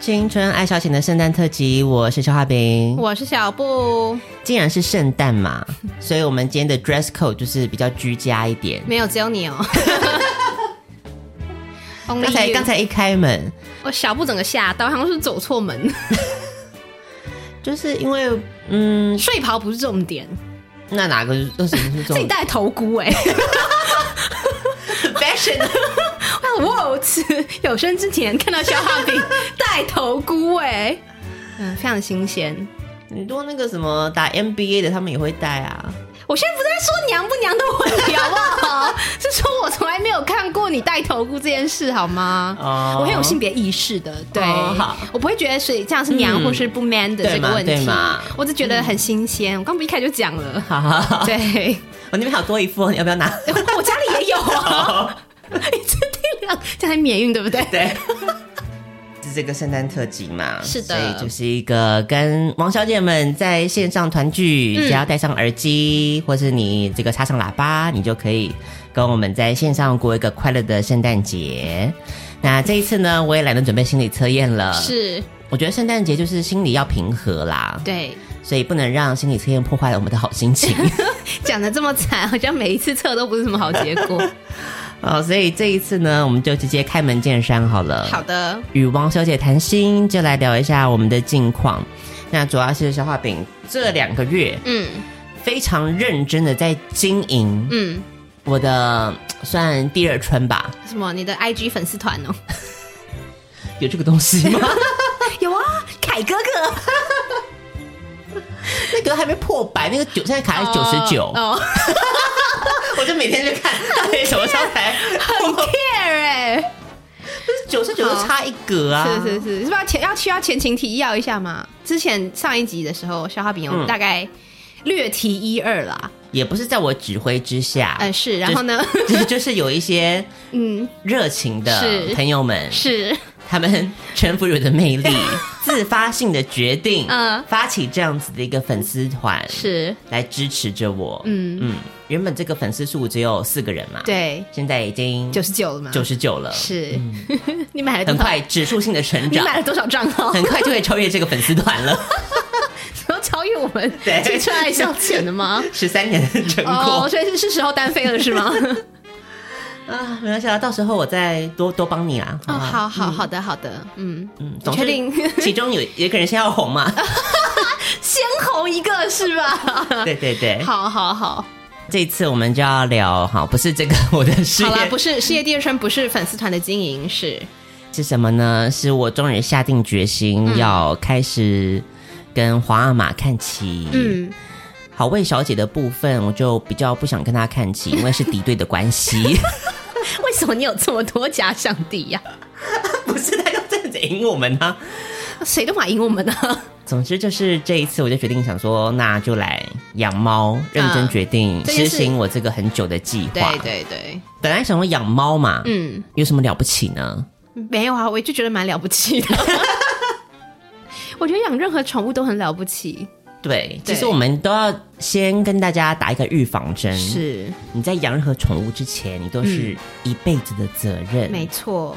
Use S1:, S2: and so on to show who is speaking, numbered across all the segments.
S1: 青春爱消遣的圣诞特辑，我是肖化饼。
S2: 我是小布，
S1: 既然是圣诞嘛， 所以我们今天的 dress code 就是比较居家一点。
S2: 没有，只有 你哦。Only
S1: 刚才
S2: you
S1: 刚才一开门，
S2: 我小布整个吓到，好像是走错门。
S1: 就是因为嗯，
S2: 睡袍不是重点，
S1: 那哪个是什么是
S2: 自己
S1: 重点
S2: 戴头箍哎、 欸，
S1: ？fashion
S2: 哇！我吃有生之年看到肖 化饼戴头箍哎、嗯，非常新鲜。
S1: 很多那个什么打 NBA 的，他们也会戴啊。
S2: 我现在不是在说娘不娘的问题，啊好不好？是说我从来没有看过你戴头箍这件事，好吗？
S1: 哦
S2: 我很有性别意识的，对，
S1: 哦好
S2: 我不会觉得是这样是娘
S1: 嗯
S2: 或是不 man 的这
S1: 对嘛
S2: 个问
S1: 对
S2: 题
S1: 嘛，
S2: 我只觉得很新鲜。我刚不一开始就讲了，
S1: 好好好，
S2: 对，
S1: 我那边还有多一副，你要不要拿？
S2: 我家里也有 啊，一次定量，这样还免运对不对？
S1: 对。 是这个圣诞特辑嘛？
S2: 是
S1: 所
S2: 的
S1: 以就是一个跟王小姐们在线上团聚，
S2: 嗯
S1: 只要戴上耳机，或是你这个插上喇叭，你就可以跟我们在线上过一个快乐的圣诞节。那这一次呢，我也懒得准备心理测验了。，
S2: 是，
S1: 我觉得圣诞节就是心理要平和啦，
S2: 对，
S1: 所以不能让心理测验破坏了我们的好心 情。
S2: 讲的这么惨，好像每一次测都不是什么好结果。
S1: 哦，所以这一次呢，我们就直接开门见山好了。
S2: 好的，
S1: 与王小姐谈心，就来聊一下我们的近况。那主要是消化饼这两个月
S2: 嗯
S1: 非常认真的在经营
S2: 嗯，
S1: 我的嘖算第二春吧，
S2: 什么？你的 IG 粉丝团哦？
S1: 有这个东西 吗？
S2: 有啊，凯哥哥。
S1: 那个还没破百，那个九现在卡在哎九十九，
S2: 哦
S1: 我就每天去看到底什么时候才
S2: ，care 哎，
S1: 九十九，就差一格啊！
S2: 是是是，是吧？前要需要前情提要一下嘛。之前上一集的时候，肖化饼有
S1: 嗯
S2: 大概略提一二啦，
S1: 也不是在我指挥之下，
S2: 嗯是，然后呢，
S1: 就是就是有一些
S2: 嗯
S1: 热情的
S2: 是
S1: 朋友们，
S2: 是，
S1: 他们臣服于我的魅 力，自发性的决定，
S2: 嗯
S1: 发起这样子的一个粉丝团，
S2: 是，
S1: 来支持着我。嗯
S2: 嗯，
S1: 原本这个粉丝数只有四个人嘛，，
S2: 对，
S1: 现在已经
S2: 九十九了嘛，
S1: 九十九了，
S2: 是， 你买了多
S1: 很
S2: 少？
S1: 快指数性的成
S2: 你
S1: 长，
S2: 买了多少账 号？
S1: 很快就会超越这个粉丝团 了，
S2: 要超越我们
S1: 对
S2: 青春爱消遣的 吗？
S1: 十三年的成
S2: 哦，
S1: 果
S2: 所以是是时候单飞了是 吗？
S1: 啊！没关系啦，到时候我再多多帮你啦。不
S2: 哦，好，好好的好的，嗯，
S1: 嗯，总
S2: 确
S1: 之
S2: 定
S1: 其中有有一个人先要红 嘛，
S2: 先红一个是 吧？
S1: 对对对。
S2: 好好好，
S1: 这次我们就要聊，哈，不是这个我的事业，
S2: 好啦，不是事业第二春，不是粉丝团的经营，是
S1: 是什么呢？是我终于下定决
S2: 嗯
S1: 心要开始跟皇阿玛看齐。嗯，
S2: 嗯，
S1: 好味小姐的部分，我就比较不想跟她看 齐，因为是敌对的关系。
S2: 为什么你有这么多假想敌呀？
S1: 不是，她要站着赢我们啊。
S2: 谁都买赢我 们啊！
S1: 总之就是这一次，我就决定想说，那就来养猫，认真决定
S2: 嗯这件
S1: 实
S2: 事
S1: 行我这个很久的计
S2: 对
S1: 划。，
S2: 对对，
S1: 本来想说养猫嘛，
S2: 嗯，
S1: 有什么了不起呢？
S2: 没有啊，我就觉得蛮了不起 的。我觉得养任何宠物都很了不起，
S1: 对，其
S2: 对
S1: 实我们都要先跟大家打一个预防针，
S2: 嗯是
S1: 你在养任何宠物之前，你都是一辈子的责任，
S2: 嗯没错，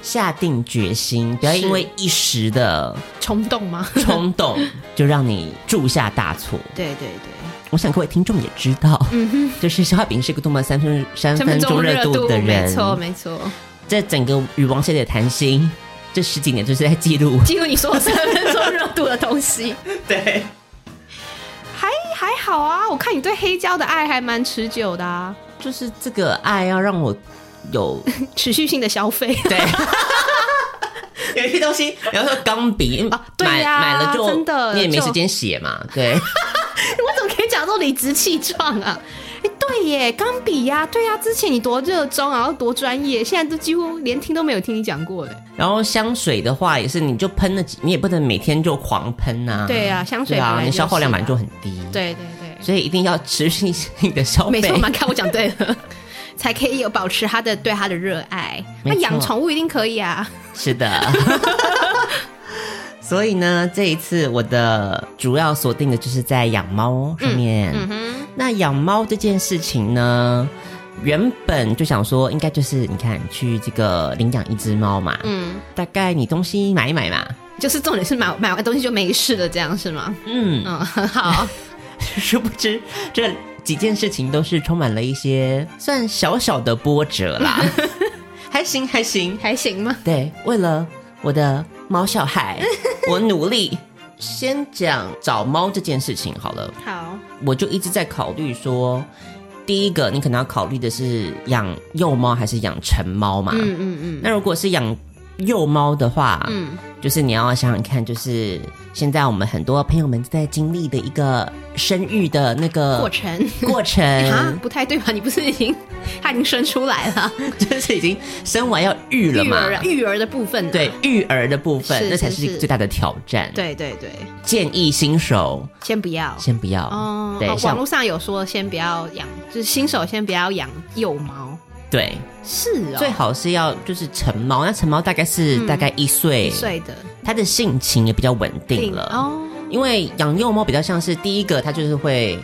S1: 下定决心，不要
S2: 是
S1: 因为一时的
S2: 冲动吗？
S1: 冲动就让你铸下大错。
S2: 对对对，
S1: 我想各位听众也知道，
S2: 嗯
S1: 就是肖化饼是个多么三分三分钟热度的人，
S2: 没错没错，
S1: 这整个与王小姐谈心，这十几年就是在记 录，
S2: 记录你说我三分钟热度的东西，
S1: 对，
S2: 还 还好啊，我看你对黑胶的爱还蛮持久的啊，
S1: 就是这个爱要让我 有
S2: 持续性的消 费
S1: 对。有一些东西，比如说钢笔，
S2: 啊对呀
S1: 买买了就
S2: 真的
S1: 你也没
S2: 就
S1: 时间写嘛，对，
S2: 我怎么可以讲这么理直气壮啊？哎、对耶，钢笔呀，对呀，之前你多热衷，啊然后多专业，现在都几乎连听都没有听你讲过哎。
S1: 然后香水的话也是，你就喷了几，你也不能每天就狂喷呐、
S2: 对啊香水
S1: 对
S2: 本
S1: 啊，
S2: 来
S1: 你消耗量本来
S2: 就是啊
S1: 就很低，，
S2: 对对对，
S1: 所以一定要持续性的消费。
S2: 没错嘛，看我讲对了，才可以有保持他的对他的热爱。那
S1: 没错
S2: 养宠物一定可以啊，
S1: 是的。 所以呢，这一次我的主要锁定的就是在养猫上面。
S2: 嗯哼，
S1: 那养猫这件事情呢，原本就想说，应该就是你看去这个领养一只猫嘛，
S2: 嗯，
S1: 大概你东西买一买嘛，
S2: 就是重点是买买完东西就没事了，这样是吗？
S1: 嗯，
S2: 嗯，很 好，
S1: 殊不知这几件事情都是充满了一些算小小的波折啦， 还行还行。
S2: 还行吗？
S1: 对，为了我的猫小孩， 我努力。先讲找猫这件事情好了，
S2: 好，
S1: 我就一直在考虑说，第一个你可能要考虑的是养幼猫还是养成猫嘛？
S2: 嗯嗯嗯
S1: 那如果是养幼猫的话，
S2: 嗯，
S1: 就是你要想想看，就是现在我们很多朋友们在经历的一个生育的那个
S2: 过程。
S1: 过
S2: 啊
S1: 程，，
S2: 不太对吧？你不是已经 他已经生出来了，
S1: 就是已经生完要育了
S2: 育
S1: 嘛？
S2: 儿育儿的部分啊，
S1: 对育儿的部分，
S2: 是
S1: 这才
S2: 是
S1: 是
S2: 是
S1: 最大的挑战。，
S2: 对对对，
S1: 建议新手
S2: 先不要
S1: 先不要。
S2: 哦。
S1: 对，
S2: 哦网
S1: 像
S2: 络上有说先不要养，就是新手先不要养幼猫，
S1: 对，
S2: 是哦，嗯
S1: 最好是要就是成猫，那成猫大概是大概一岁，
S2: 岁的
S1: 它的性情也比较稳定了。
S2: 哦，
S1: 因为养幼猫比较像是第一个，它就是会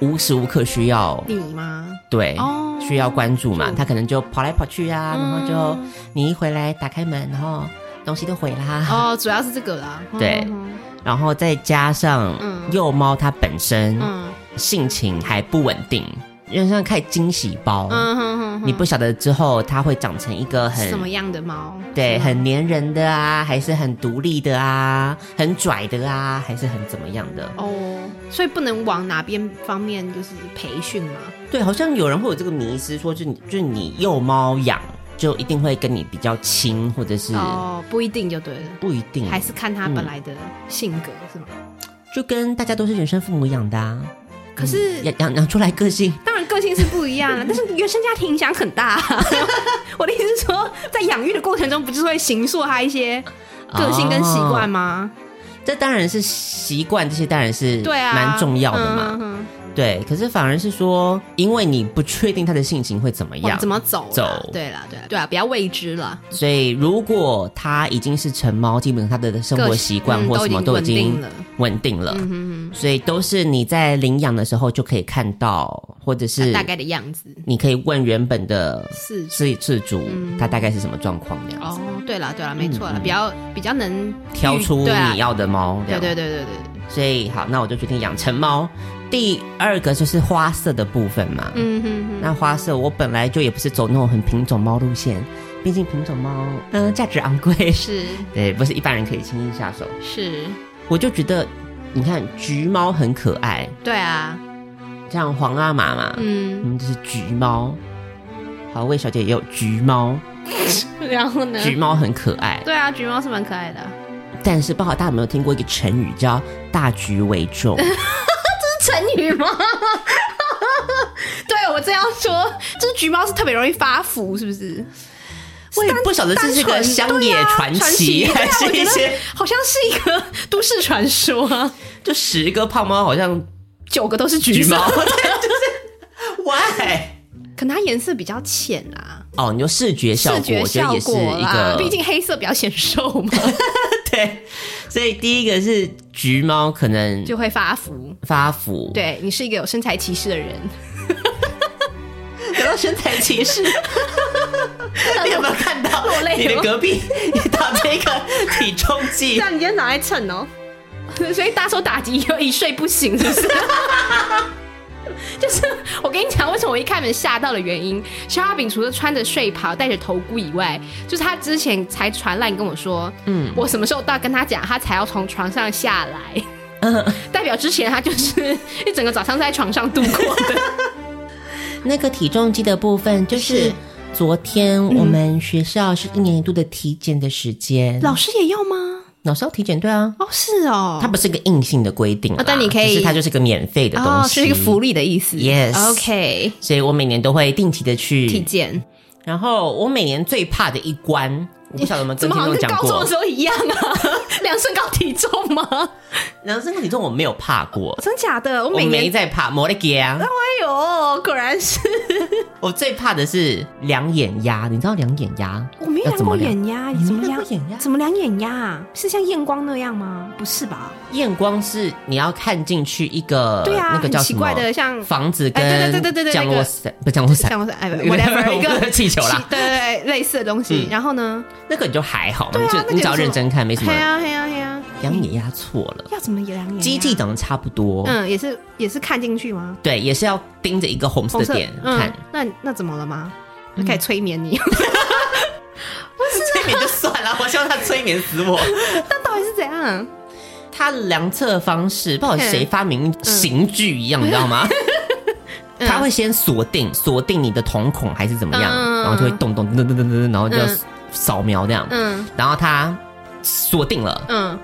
S1: 无时无刻需要
S2: 你 吗？
S1: 对、
S2: 哦
S1: 需要关注嘛
S2: 就，
S1: 它可能就跑来跑去啊，然后就
S2: 嗯
S1: 你一回来打开门，然后东西都啊毁啦。
S2: 哦，主要是这个啦。
S1: 对
S2: 嗯
S1: 然后再加上
S2: 嗯
S1: 幼猫它本身
S2: 嗯
S1: 性情还不稳定，有点像开惊喜包，
S2: 嗯哼哼，
S1: 你不晓得之后它会长成一个
S2: 哼什么
S1: 很
S2: 样的猫？
S1: 对
S2: 嗯
S1: 很粘人的啊，还是很独立的啊，很拽的啊，还是很怎么样的？
S2: 哦，所以不能往哪边方面就是培训嘛？
S1: 对，好像有人会有这个迷思，说就你就你幼猫养就一定会跟你比较亲，或者是
S2: 哦，不一定就对了，
S1: 不一定，
S2: 还是看它
S1: 嗯
S2: 本来的性格是吗？
S1: 就跟大家都是人生父母养的、啊，
S2: 可是
S1: 养养养出来个性。
S2: 当然个性是不一样啊 的，但是原生家庭影响很大、啊 我的意思是说，在养育的过程中，不就是会形塑他一些
S1: 哦
S2: 个性跟习惯吗？
S1: 这当然是习惯，这些当然是
S2: 对啊，
S1: 蛮重要的嘛
S2: 嗯。嗯
S1: 对，可是反而是说，因为你不确定他的性情会怎么
S2: 嗯往
S1: 样，
S2: 怎么走啦？
S1: 走
S2: 对啦，对啦，对啊，比较未知啦。
S1: 所以如果他已经是成猫，基本上他的生活
S2: 个
S1: 习惯
S2: 嗯
S1: 或什么
S2: 都
S1: 都
S2: 已
S1: 已
S2: 经
S1: 经
S2: 稳定了
S1: 稳定了，
S2: 嗯哼
S1: 所以都是你在领养的时候就可以看到，或者
S2: 哼，
S1: 是
S2: 大概的样子
S1: 你可以问原本的
S2: 是
S1: 饲饲主，他大概是什么状况那样
S2: 嗯哦
S1: 子，，
S2: 对啦，对啦，没错啦，比较比较能
S1: 嗯挑出
S2: 预对啊
S1: 你要的猫。这
S2: 对
S1: 样
S2: 对对对对，
S1: 所以好，那我就决定养成猫。第二个就是花色的部分嘛，
S2: 嗯哼哼，
S1: 那花色我本来就也不是走那种很品种猫路线，毕竟品种猫，嗯、价值昂贵，
S2: 是
S1: 对，不是一般人可以轻易下手。
S2: 是，
S1: 我就觉得，你看橘猫很可爱，
S2: 对啊，
S1: 像皇阿玛嘛，
S2: 嗯，
S1: 嗯，这是橘猫。好，魏小姐也有橘猫，
S2: 然后呢？
S1: 橘猫很可爱，
S2: 对啊，橘猫是蛮可爱的啊，
S1: 但是不好，大家有没有听过一个成语叫“大局为 重
S2: 成语吗？对我这样说，就是橘猫是特别容易发福，是不是？”？
S1: 我也不晓得这是个
S2: 单纯
S1: 乡野
S2: 对啊
S1: 传奇，
S2: 对啊
S1: 还是一
S2: 我觉
S1: 些
S2: 得好像是一个都市传说啊，
S1: 就十个胖猫好像
S2: 九个都是橘
S1: 橘
S2: 色
S1: 猫， 对就是 why？
S2: 可能它颜色比较浅啊，
S1: 哦，你说视觉效果，
S2: 视觉
S1: 我觉得
S2: 效
S1: 也是
S2: 果
S1: 一
S2: 啦
S1: 个，，
S2: 毕竟黑色比较显瘦 嘛，
S1: 对。所以第一个是橘猫可能
S2: 就会发福。
S1: 发福，，
S2: 对你是一个有身材歧视 的人，
S1: 然后身材歧视。 你有没有看 到
S2: 落泪了
S1: 你的隔壁也打着一个体重计？
S2: 你 今天拿来蹭哦， 所以大手打击又一睡不醒，是不 是？就是我跟你讲，为什么我一开门吓到的原因，肖亚饼除了穿着睡袍、戴着头箍以外，就是他之前才传烂跟我说，嗯，我什么时候到跟他讲，他才要从床上下 来，代表之前他就是一整个早上在床上度过的，
S1: 那个体重计的部分就是是昨天
S3: 嗯
S1: 我们学校是一年一度的体检的时间，
S3: 老师也要吗？
S1: 老师要体检，对啊，
S3: 哦，是哦，
S1: 它不是一个硬性的规定啦、
S3: 哦但你可以
S1: 只是它就是一个免费的东
S3: 哦，
S1: 西，
S3: 是一个福利的意思。
S1: Yes 嗯
S3: OK，
S1: 所以我每年都会定期的去
S3: 体检
S1: 然后我每年最怕的一关，我不晓得有没有
S3: 怎
S1: 跟
S3: 么
S1: 听
S3: 好像
S1: 众
S3: 跟
S1: 讲
S3: 高中
S1: 过
S3: 的时，候一样啊？ 量身高体重吗？
S1: 然后这个体重我没有怕过，
S3: 真假的？我
S1: 我
S3: 每
S1: 没
S3: 年
S1: 在怕摩勒给啊，
S3: 哎呦，果然是
S1: 我最怕的是两眼压，你知道两眼压？
S3: 我没
S1: 要
S3: 量
S1: 怎么
S3: 过
S1: 量
S3: 眼压，
S1: 你没
S3: 怎么
S1: 量
S3: 量
S1: 过眼压
S3: 怎么量眼压啊？是像验光那样吗？不是吧？
S1: 验光是你要看进去一个，
S3: 对啊
S1: 那个叫
S3: 很奇
S1: 什么
S3: 怪的像
S1: 房子跟
S3: 哎对对对对对对
S1: 降
S3: 那
S1: 落
S3: 个
S1: 伞，不是降落伞，
S3: 像我说 哎
S1: 我
S3: ，whatever 一
S1: 不
S3: 个
S1: 是气球啦
S3: 对对对，类似的东西。然后呢？
S1: 那个你就还好嘛，
S3: 对啊
S1: 你就
S3: 那个啊
S1: 你只要
S3: 嗯有什么
S1: 认真看，没什
S3: 嘿
S1: 么。
S3: 呀嘿呀嘿呀，
S1: 两眼压错了，
S3: 要怎么量眼压？
S1: 机器长得差不多，
S3: 嗯，也是也是看进去吗？
S1: 对，也是要盯着一个红色
S3: 红
S1: 的
S3: 色
S1: 点
S3: 嗯
S1: 看，，
S3: 那那怎么了吗？就开始催眠你，
S1: 催眠就算了，我希望他催眠死我。
S3: 那 到底是怎样？
S1: 他量测方式，不知道谁发明刑具一样，你知道吗？
S3: 嗯
S1: 他会先锁定锁定你的瞳孔还是怎么样，
S3: 嗯
S1: 然后就会动动噔噔噔噔噔，然后就要
S3: 嗯
S1: 扫描这样，
S3: 嗯
S1: 然后他锁定了，
S3: 嗯，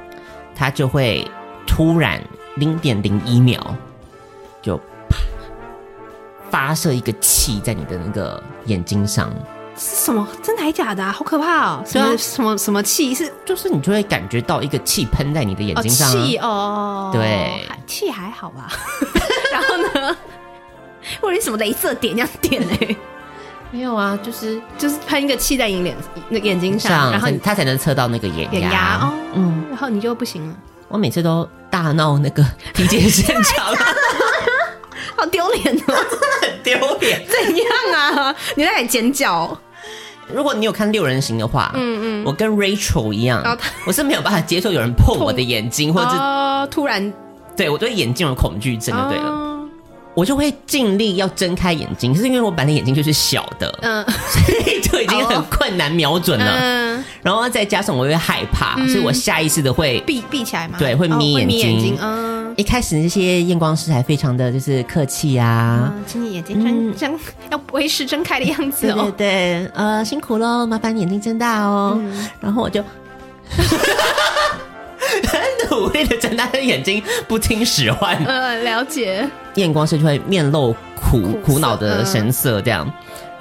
S1: 他就会突然零点零一秒就啪发射一个气在你的那个眼睛上，
S3: 是什么？真的还假的啊？好可怕哦！什
S1: 对啊
S3: 么什么什么气是
S1: 就是你就会感觉到一个气喷在你的眼
S3: 哦
S1: 睛上、啊，
S3: 气哦，
S1: 对
S3: 还气还好吧。 然后呢，或者是什么镭射点那样点 呢、
S1: 没有啊，就是
S3: 就是喷一个气在你脸那个眼睛上，
S1: 上，
S3: 然后
S1: 才
S3: 你
S1: 他才能测到那个眼
S3: 眼压哦，
S1: 嗯，
S3: 然后你就不行了，
S1: 我每次都大闹那个体检现场，
S3: 好丢脸哦！
S1: 很丢脸。
S3: 怎样啊？ 你在那里尖叫，
S1: 如果你有看六人行的话，嗯嗯，我跟 Rachel 一样
S3: 然后他，
S1: 我是没有办法接受有人碰我的眼睛，或者是
S3: 哦，突然
S1: 对我对眼睛有恐惧症就对了，
S3: 哦
S1: 我就会尽力要睁开眼睛，可是因为我本来眼睛就是小的，
S3: 嗯
S1: 所以就已经很困难瞄准了。
S3: 嗯，
S1: 然后再加上我又会害怕，所以我下意识的会
S3: 闭闭起来嘛，
S1: 对会
S3: 哦
S1: 眯眼睛
S3: 眼睛，嗯。
S1: 一开始那些验光师还非常的就是客气啊，
S3: 嗯，请你眼睛睁睁，要维持睁开的样子
S1: 对对
S3: 哦。
S1: 对，呃，辛苦喽，麻烦眼睛睁大哦。然后我就很 努力的睁大的眼睛，不听使 唤。
S3: 嗯，了解。
S1: 验光师就会面露苦嗯苦
S3: 苦涩
S1: 恼的神色，这样，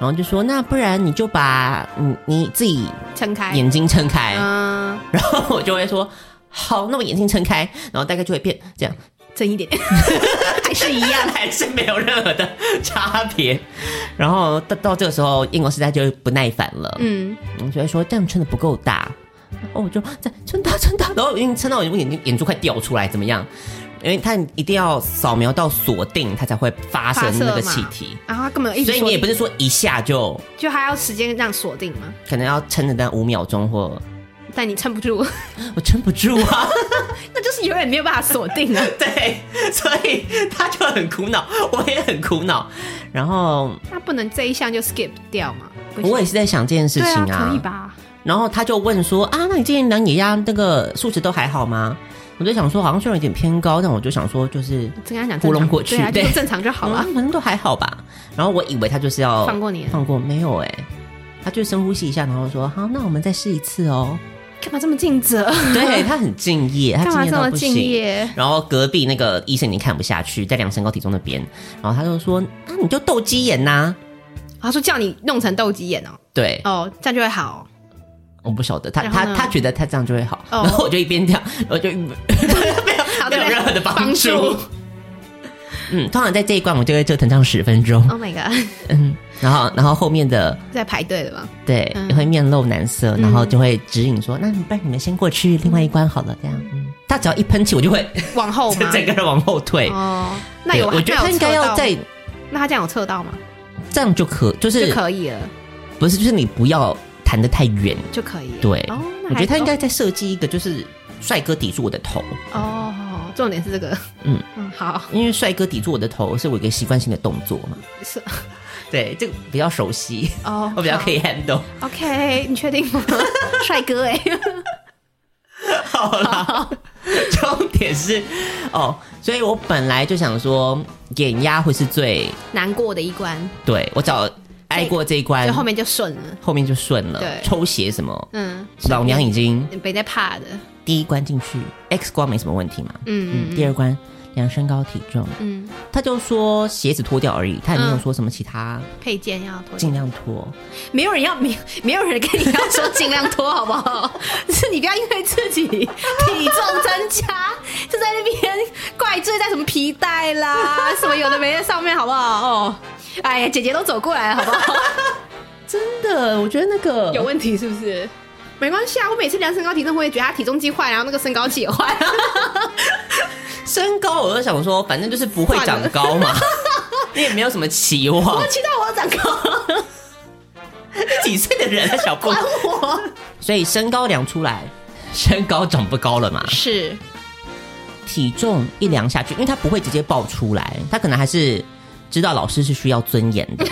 S1: 然后就说：“那不然你就把你你自己
S3: 撑开。
S1: 眼睛撑开。
S3: 嗯，
S1: 然后我就会说：“好，那我眼睛撑开。”然后大概就会变这样，
S3: 睁 一点，还是一
S1: 一样
S3: 样。
S1: 还是没有任何的差别。然后到到这个时候，验光师他就会不耐烦了，
S3: 嗯，
S1: 我觉得说这样撑的不够大，然后我就在撑大撑大，然后已经撑到我眼睛眼珠快掉出来，怎么样？因为它一定要扫描到锁定，它才会发射那个气体，
S3: 然后他根本啊哦一直
S1: 所以
S3: 锁
S1: 你也不
S3: 定
S1: 是说一下就
S3: 就还要时间让锁定嘛，
S1: 可能要撑着那五秒钟或
S3: 但你撑不 住，
S1: 我撑不住 啊，
S3: 那就是永远没有办法锁定啊。
S1: 对，所以他就很苦恼，我也很苦恼，然后
S3: 那不能这一项就 skip 掉嘛？不行
S1: 我也是在想这件事
S3: 对
S1: 情
S3: 啊，
S1: 啊，
S3: 可以吧？
S1: 然后他就问说啊，那你今天量血压那个数值都还好吗？我就想说，好像虽然有点偏高，但我就想说就是
S3: 我跟他讲正常
S1: 糊弄过去，
S3: 对啊，就
S1: 对，
S3: 正常就好了
S1: 嗯，。可能都还好吧。然后我以为他就是要
S3: 放过你
S1: 放过没有哎、他就深呼吸一下，然后说好，那我们再试一次哦。
S3: 干嘛这么尽责？
S1: 对他很敬业，他
S3: 干嘛
S1: 敬业
S3: 这
S1: 到
S3: 么
S1: 不
S3: 敬
S1: 行。
S3: 业？
S1: 然后隔壁那个医生已经看不下去，在量身高体重那边，然后他就说啊，你就斗鸡眼呐、嗯
S3: 他说叫你弄成斗鸡眼哦，
S1: 对，
S3: 哦，这样就会好。
S1: 我不晓得，他
S3: 然后
S1: 他
S3: 呢
S1: 他觉得他这样就会好，
S3: 哦
S1: 然后我就一边跳，我就没有
S3: 好
S1: 没
S3: 对
S1: 有任何的帮
S3: 帮
S1: 助
S3: 助。
S1: 嗯，通常在这一关我就会折腾上十分钟，
S3: Oh my god，
S1: 嗯，然后然后后面的
S3: 在排队了吧？
S1: 对、
S3: 嗯
S1: 也会面露难色，然后就会指引说，那你不然你们先过去另外一关好了，这样，嗯，他只要一喷气，我就会
S3: 往 后吗？
S1: 整个人往后退。
S3: 哦，那
S1: 对
S3: 有，
S1: 我觉得
S3: 那有
S1: 他应该
S3: 测
S1: 要
S3: 到
S1: 在
S3: 吗，那他这样有测到吗？
S1: 这样就可，就是
S3: 就可以了，
S1: 不是就是你不要弹得太远，
S3: 就可以了。
S1: 对，
S3: 哦，那
S1: 我觉
S3: 还
S1: 得他应
S3: 不
S1: 该再设计一个就是帅哥抵住我的头。
S3: 错哦，重点是这个，
S1: 嗯
S3: 嗯，好
S1: 因为帅哥抵住我的头是我一个习惯性的动作嘛，
S3: 是
S1: 对，这个比较熟悉，
S3: 哦，
S1: 我比较可
S3: 以。
S1: 以 handle。
S3: OK，你确定 吗？帅哥哎，
S1: 好啦， 重点是哦，所以我本来就想说眼压会是最
S3: 难过的一关，
S1: 对我找待过这一关
S3: 就，后面就顺了。
S1: 后面就顺了。
S3: 对
S1: 抽血什么，
S3: 嗯，
S1: 老娘已经
S3: 没在怕的。
S1: 第一关进去，X 光没什么问题嘛。
S3: 嗯
S1: 嗯，第二关量身高体重，
S3: 嗯，
S1: 他就说鞋子脱掉而已，他也没有
S3: 嗯
S1: 说什么其他，
S3: 配件要脱，
S1: 尽量脱。
S3: 没有人要，没有没有人跟你要说尽量脱，好不 好？是你不要因为自己 体重增加，就在那边怪罪在什么皮带 啦，什么有的没的上面，好不好？哦，哎呀，姐姐都走过来了，好不好？
S1: 真的，我觉得那个
S3: 有问题是不是？没关系啊，我每次量身高体重，我也觉得他体重机坏，然后那个身高器也坏了。
S1: 身高，我就想说，反正就是不会长高 嘛，你也没有什么期望
S3: 我。期待我长高，
S1: 几岁的人啊，小布？
S3: 我
S1: 所以身高量出来，身高长不高了嘛？
S3: 是
S1: 体重一量下去，因为他不会直接报出来，他可能还是知道老师是需要尊严 的，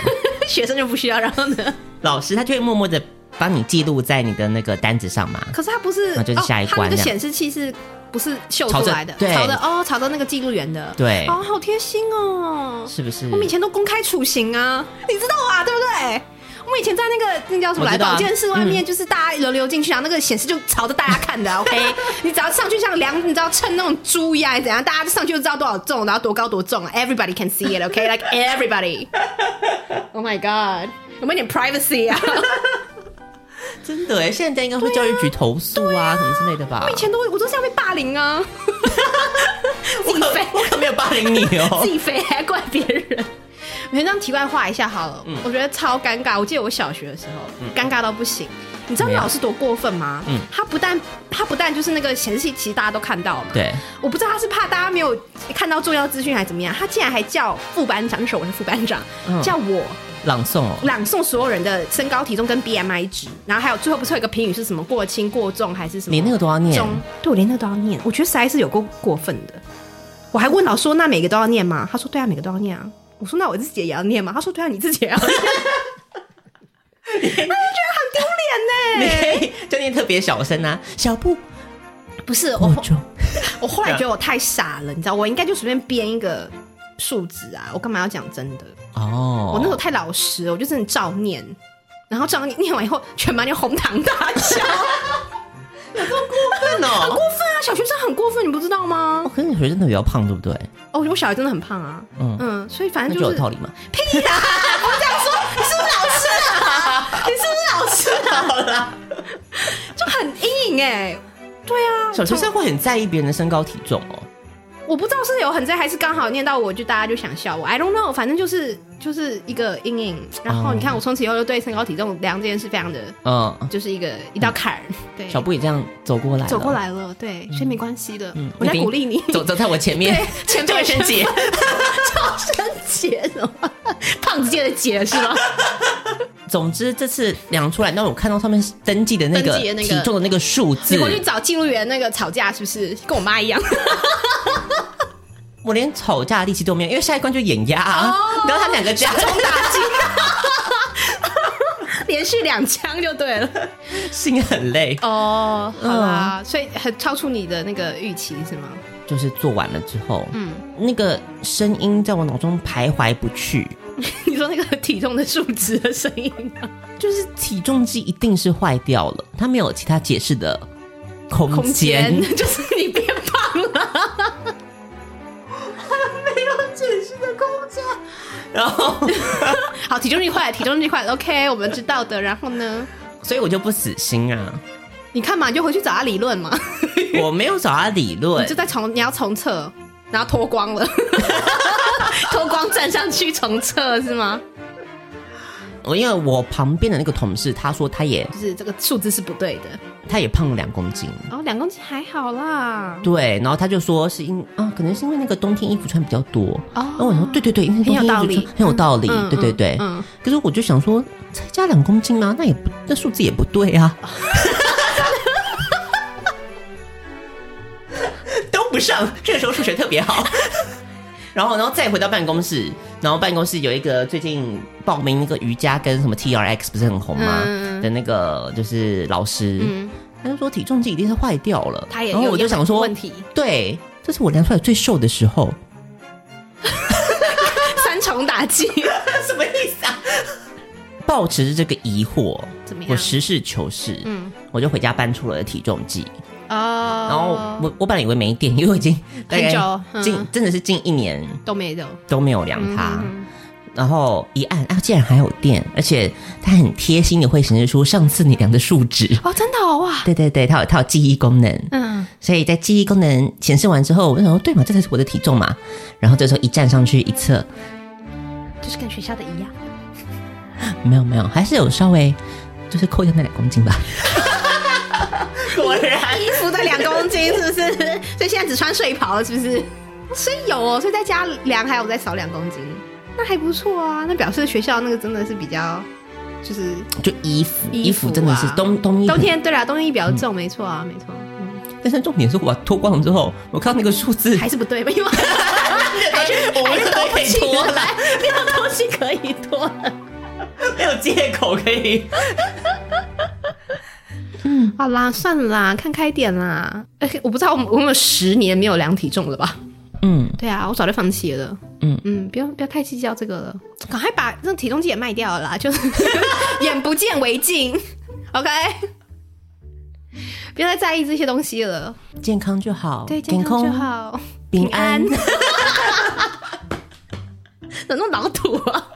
S3: 学生就不需要，然后呢？
S1: 老师他就会默默的帮你记录在你的那个单子上嘛。
S3: 可是它不是，
S1: 那就是下一
S3: 哦、它
S1: 关
S3: 那个
S1: 这样
S3: 显示器是不是秀出来的？
S1: 朝着对
S3: 朝着哦，朝着那个记录员的。
S1: 对
S3: 哦，好贴心哦！
S1: 是不是？
S3: 我们以前都公开处刑啊，你知道啊，对不对？我们以前在那个那叫什
S1: 我
S3: 么来，
S1: 知道啊
S3: 保健室外面，就是大家轮流进去，啊然后那个显示就朝着大家看的 啊，OK？你只要上去像量，你知道称那种猪一样，还是怎样，大家就上去就知道多少重，然后多高多重了。Everybody 啊 can see it，OK？Like、everybody。Oh my god！有没有点 privacy 啊？
S1: 真的
S3: 欸
S1: 哎，现在应该会教育局投诉啊，什么之类的吧
S3: 我以？前都我都是要被霸凌 啊，自己飞
S1: 我可没有霸凌你哦
S3: 自。己飞还怪别人。我先这样题外话一下好了，
S1: 嗯
S3: 我觉得超尴尬。我记得我小学的时候，尴尬到不行。你知道
S1: 没有
S3: 老师多过分吗？
S1: 嗯
S3: 他不但他不但就是那个显示器，其实大家都看到嘛。，
S1: 对，
S3: 我不知道他是怕大家没有看到重要资讯还是怎么样，他竟然还叫副班长，那时候我是副班长，
S1: 嗯
S3: 叫我
S1: 朗诵哦，
S3: 朗诵所有人的身高体重跟 BMI 值，然后还有最后不是有一个评语是什么过轻过重还是什么？
S1: 连那个都要念
S3: 中，，对我连那都要念，我觉得实在是有够过分的。我还问老师说：“那每个都要念吗？”他说：“对啊，每个都要念啊。”我说：“那我自己也要念吗？”他说：“对啊，你自己也 要念。” 我就觉得很
S1: 你
S3: 丢脸呢、
S1: 可以就念特别小声啊，小布
S3: 不是
S1: 过
S3: 我，
S1: 重。
S3: 我后来觉得我太傻了，你知道，我应该就随便编一个数值啊，我干嘛要讲真的？
S1: 哦，
S3: 我那时候太老实了，我就真的照念，然后照念念完以后，全班就哄堂大 笑，
S1: 笨
S3: 很
S1: 哦。
S3: 过分啊！小学生很过分，你不知道吗
S1: 我？跟你学生都比较胖，对不对？
S3: 哦，我小孩真的很胖啊，
S1: 嗯
S3: 嗯，所以反
S1: 那
S3: 正
S1: 就
S3: 就
S1: 有
S3: 是
S1: 道理嘛。
S3: 屁啦！不这样说，你是不是老师啊？你是不是老师啊？好啦，就很阴影哎、对啊，
S1: 小学生会很在意别人的身高体重哦。
S3: 我不知道是有很在，还是刚好念到我就大家就想笑我，I don't know，反正就是就是一个阴影。然
S1: 哦
S3: 后你看，我从此以后就对身高体重量这件事非常的，
S1: 嗯，
S3: 就是一个一道坎儿。对，
S1: 小布嗯也这样走过来了，
S3: 走过来了，对，所以没关系的，我在
S1: 比
S3: 鼓励你。
S1: 走走在我前面
S3: 对， 前辈
S1: 这位生姐，
S3: 超生姐什么？胖子界的姐是 吗？
S1: 总之这次量出来，那我看到上面登记的那个
S3: 登记的那个
S1: 体重的那个数字
S3: 你，回去找记录员那个吵架是不是？跟我妈一样。
S1: 我连吵架的力气都没有，因为下一关就眼压
S3: 哦
S1: 啊，然后他们两个加重打击，
S3: 连续两枪就对了。
S1: 心很累。
S3: 哦，
S1: 嗯
S3: 好啦，所以很超出你的那个预期是吗？
S1: 就是做完了之后，嗯，那个声音在我脑中徘徊不去，
S3: 你说那个体重的数值的声音吗
S1: 就是体重机一定是坏掉了，它没有其他解释的空
S3: 空
S1: 间。
S3: 间， 就是你变胖了。
S1: 然后，
S3: 好，体重计坏了，体重计坏了，OK，我们知道的。然后呢，
S1: 所以我就不死心 啊，
S3: 你看嘛，你就回去找他理论嘛，
S1: 我没有找他理论
S3: 就，在重你要重测，然后脱光了， 脱光站上去重测是吗？
S1: 我因为我旁边的那个同事，他说他也
S3: 就是这个数字是不对的。
S1: 他也胖了两公斤，
S3: 哦，两公斤还好啦。
S1: 对，然后他就说是因啊，可能是因为那个冬天衣服穿比较多，
S3: 哦
S1: 然后我想说对对对，因为冬天衣服
S3: 很有道理
S1: 穿很有道理，
S3: 嗯
S1: 对对对，
S3: 嗯嗯
S1: 可是我就想说才加两公斤啊吗？那也不那数字也不对啊，都不上，这个时候数学特别好。 然后，然后再回到办公室，然后办公室有一个最近报名那个瑜伽跟什么 T R X 不是很红吗？
S3: 嗯
S1: 的那个就是老师，他就说体重计一定是坏掉了。
S3: 他也
S1: 然后
S3: 哎有
S1: 我就
S3: 样
S1: 想
S3: 本
S1: 说，
S3: 问题，
S1: 对，这是我量出来最瘦的时候，
S3: 三重打击。
S1: 什么意思啊？抱持着这个疑惑，
S3: 怎么样
S1: 我实事求是，
S3: 嗯
S1: 我就回家搬出了体重计，
S3: 哦，
S1: 然后我我本来以为没电，因为我已经大概
S3: 很久嗯
S1: 近、真的是近一年
S3: 都没有，
S1: 都没有量它，
S3: 嗯
S1: 然后一按啊，竟然还有电，而且它很贴心的会显示出上次你量的数 值。
S3: 哦，真的哦哇，
S1: 对对对，它有它有记忆功能，
S3: 嗯，
S1: 所以在记忆功能显示完之后，我就想说，对嘛，这才是我的体重嘛。然后这时候一站上去一测，
S3: 就是跟学校的一 样，
S1: 没有没有，还是有稍微就是扣掉那两公斤 吧。果然，
S3: 衣服的两公斤是不是？ 所以现在只穿睡袍了，是不是？所以有哦，所以在家量还有再少两公斤，那还不错啊。那表示学校那个真的是比较，就是
S1: 就衣服衣服
S3: 啊
S1: 真的是冬冬衣服
S3: 冬，天对啦，啊冬天比较重，没错啊，没错，
S1: 但是重点是我把它脱光了之后，我看到那个数字
S3: 还是不对吧？因为还 是还是东西
S1: 我们都可以脱了
S3: 来，没有东西可以脱了。
S1: 没有借口可以。
S3: 好啦，算了啦，看开一点啦。哎，我不知道我们我们有十年没有量体重了吧？
S1: 嗯，
S3: 对啊，我早就放弃了。
S1: 嗯
S3: 嗯，不要不要太计较这个了，赶快把那体重计也卖掉了啦，就是 眼不见为净。OK，不要再在意这些东西了。
S1: 健康就好，
S3: 对，健康就
S1: 空，
S3: 好，
S1: 平安。
S3: 怎么那么老土啊？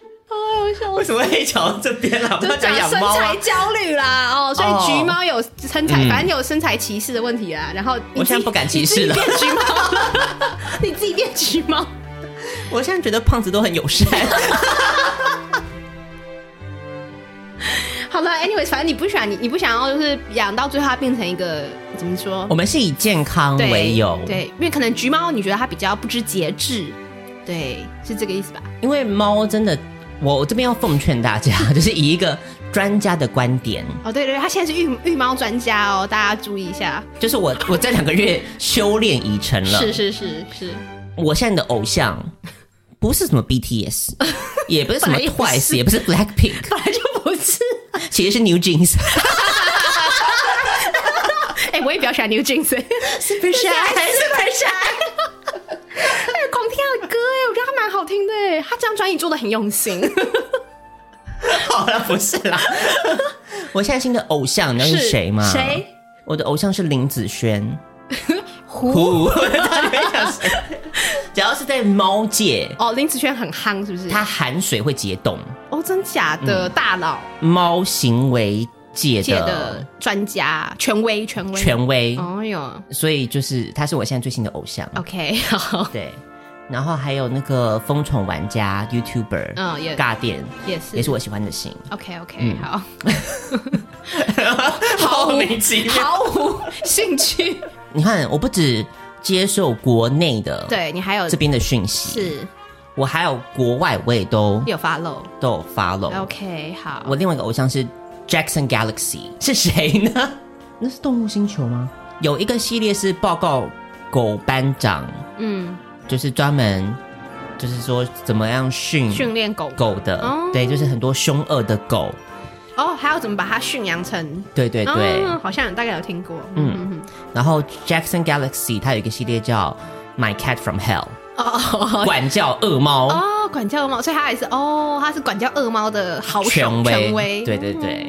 S3: 哎呦，笑
S1: 为什么会讲到这边了？
S3: 就是讲啊身材？焦虑啦，哦，所
S1: 哦
S3: 以橘猫有身材，
S1: 嗯
S3: 反正有身材歧视的问题啦。然后你
S1: 我现在
S3: 自己
S1: 不敢歧视了
S3: 你自己变橘猫， 你自己变橘猫。
S1: 我现在觉得胖子都很友 善。
S3: 好了，anyways，反正你不喜欢你，你不想要就是养到最后它变成一个怎么说
S1: 我？们是以健康
S3: 对
S1: 为由，，
S3: 对，因为可能橘猫你觉得它比较不知节制，对，是这个意思吧？
S1: 因为猫真的，我我这边要奉劝大家，就是以一个专家的观点，
S3: 哦，对对，对它现在是育育猫专家哦，大家注意一下。
S1: 就是我我这两个月修炼已成了，
S3: 是是是是，
S1: 我现在的偶像不是什么 BTS，也不是什么
S3: 本来也不是
S1: Twice，也不是 Blackpink，
S3: 本来就不是。
S1: 其实是 New Jeans，
S3: 哎、我也比较喜欢 New Jeans，
S1: 是不是
S3: Super Shy。哎，狂听他的歌哎，我觉得他蛮好听的哎，他这张专辑做的很用心。
S1: 好了，不是 啦。我现在新的偶像，你知道是谁吗？
S3: 谁？
S1: 我的偶像是林子轩。
S3: 胡
S1: 呼， 他没讲谁。只要是在猫界，
S3: 哦，林子轩很夯是不是？
S1: 它含水会解冻，
S3: 哦，真假
S1: 嗯
S3: 的、大佬
S1: 猫行为界
S3: 界
S1: 的
S3: 的专家，权威权威。
S1: 权威，
S3: 哦哟
S1: 所以就是他是我现在最新的偶像。
S3: ，OK，好，
S1: 对，然后还有那个疯宠玩家 YouTuber，
S3: 嗯也
S1: 尬电
S3: 也是
S1: 也是我喜欢的型，
S3: OK OK，、
S1: 嗯
S3: 好，
S1: 好莫名其妙。
S3: 毫无兴趣。
S1: 你看，我不止接受国内的
S3: 对你还有
S1: 这边的讯息，
S3: 是
S1: 我还有国外我也都
S3: 有发漏
S1: 都有 follow。
S3: ，OK，好，
S1: 我另外一个偶像是 Jackson Galaxy，是谁呢？那是动物星球吗？有一个系列是报告狗班长，
S3: 嗯，
S1: 就是专门就是说怎么样训
S3: 训练狗
S1: 狗的，
S3: 哦
S1: 对，就是很多凶恶的狗，
S3: 哦，还要怎么把它驯养成？
S1: 对对对。
S3: 嗯，好像大概有听过，嗯，
S1: 然后 Jackson Galaxy 它有一个系列叫 My Cat from Hell，
S3: 哦哦哦
S1: 管教恶猫。
S3: 哦，管教恶猫，所以它也是哦，它是管教恶猫的好手
S1: 权威
S3: 权威，嗯
S1: 对对对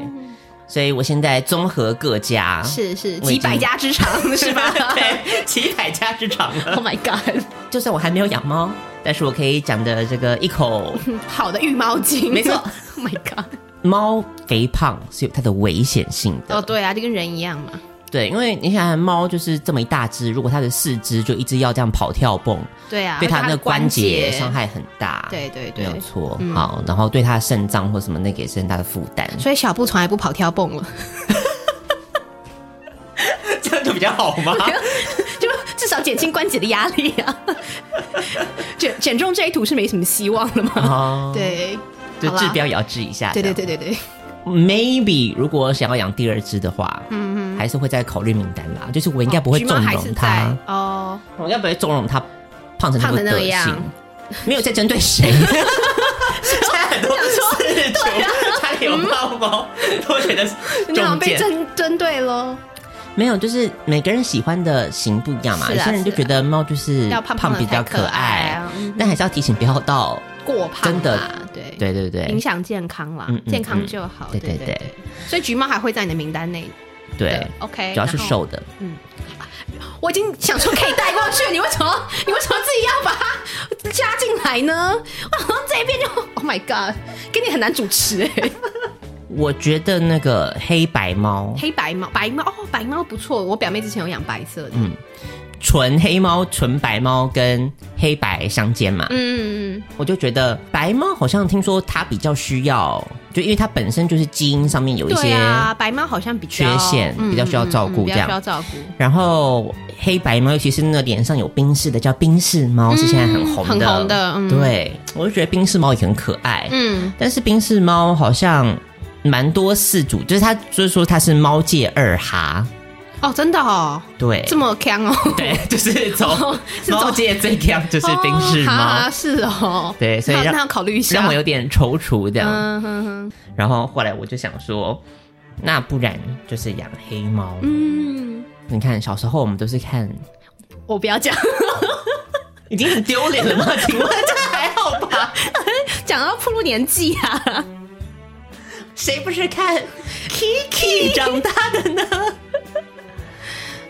S1: 所以我现在综合各家，
S3: 是是
S1: 我已
S3: 几百
S1: 经
S3: 家之长是吧
S1: 对，几百家之长 了。
S3: ？Oh my god，
S1: 就算我还没有养猫，但是我可以讲的这个一 口
S3: 好的育猫经，
S1: 没错
S3: ，Oh my god，
S1: 猫肥胖是有它的危险性的。
S3: 哦对啊，就跟人一样嘛，
S1: 对，因为你想想，猫就是这么一大只，如果它的四肢就一直要这样跑跳蹦，
S3: 对啊，
S1: 对它
S3: 而且
S1: 那
S3: 的
S1: 个关节
S3: 节
S1: 伤。害很大。
S3: 对对
S1: 没
S3: 对，
S1: 有错。好，然后对他的肾脏或什么那个也是很大的负 担，
S3: 所以小布从来不跑跳蹦了，
S1: 这 样就比较好吗？
S3: 就至少减轻关节的压力啊。 减减重这一途是没什么希望了吗？
S1: 哦，
S3: 对，
S1: 就
S3: 好啦
S1: 治标也要治一下。
S3: 对对对对对，
S1: 这样，maybe 如果想要养第二只的话，嗯还是会在考虑名单啦。就是我应该不会
S3: 橘
S1: 纵
S3: 猫还是
S1: 容它
S3: 在，哦，
S1: 我应该不会纵容它胖成这
S3: 胖
S1: 个
S3: 成那
S1: 德
S3: 样
S1: 性。没有在针对 谁， 现在很多四九，他有猫猫都觉得
S3: 你好像被针针对啊喽，
S1: 没有，就是每个人喜欢的型不一样嘛。
S3: 是啊
S1: 有些人就觉得猫就是
S3: 要胖胖的
S1: 比较
S3: 才可
S1: 可
S3: 爱
S1: 爱
S3: 啊嗯，
S1: 但还是要提醒不要到，
S3: 过胖
S1: 真的
S3: 啦对
S1: 对对对
S3: 影响健康啦
S1: 嗯，嗯
S3: 健康就好。
S1: 对
S3: 对
S1: 对
S3: 对
S1: 对
S3: 对，所以橘猫还会在你的名单内
S1: 对
S3: 的。OK，
S1: 主要是
S3: 然后
S1: 瘦的，
S3: 我已经想说可以带过去，你为什么 你为什么自己要把它加进来呢？ 我好像这一边就 Oh my God，跟你很难主持哎、
S1: 我觉得那个黑白猫，
S3: 黑白猫，白猫哦，白猫不错，我表妹之前有养白色的，嗯
S1: 纯黑猫、纯白猫跟黑白相间嘛，
S3: 嗯嗯
S1: 我就觉得白猫好像听说它比较需要，就因为它本身就是基因上面有一
S3: 对
S1: 些，
S3: 啊，白猫好像比较
S1: 缺陷
S3: 嗯
S1: 比较需要照顾
S3: 嗯嗯比
S1: 这
S3: 较
S1: 样
S3: 需要照顾，
S1: 然后黑白猫，尤其是那脸上有冰饰的叫冰饰猫，是现在很红的，
S3: 嗯很红的嗯
S1: 对，我就觉得冰饰猫也很可爱，
S3: 嗯，
S1: 但是冰室猫好像蛮多饲主，就是它，就是说它是猫界二哈，
S3: 哦，真的哦，
S1: 对，
S3: 这么强哦，
S1: 对，就是从
S3: 哦是从
S1: 猫界最强就是冰室
S3: 哦
S1: 猫
S3: 哈，是哦，
S1: 对所以
S3: 那
S1: 让
S3: 那要考虑一下，
S1: 让我有点踌躇这样。
S3: 嗯哼哼，
S1: 然后后来我就想说，那不然就是养黑猫。
S3: 嗯，
S1: 你看小时候我们都是看，
S3: 我不要 讲。
S1: 已经很丢脸了吗？请问这还好吧？
S3: 讲到暴露年纪啊，
S1: 谁不是看 Kiki 长大的呢？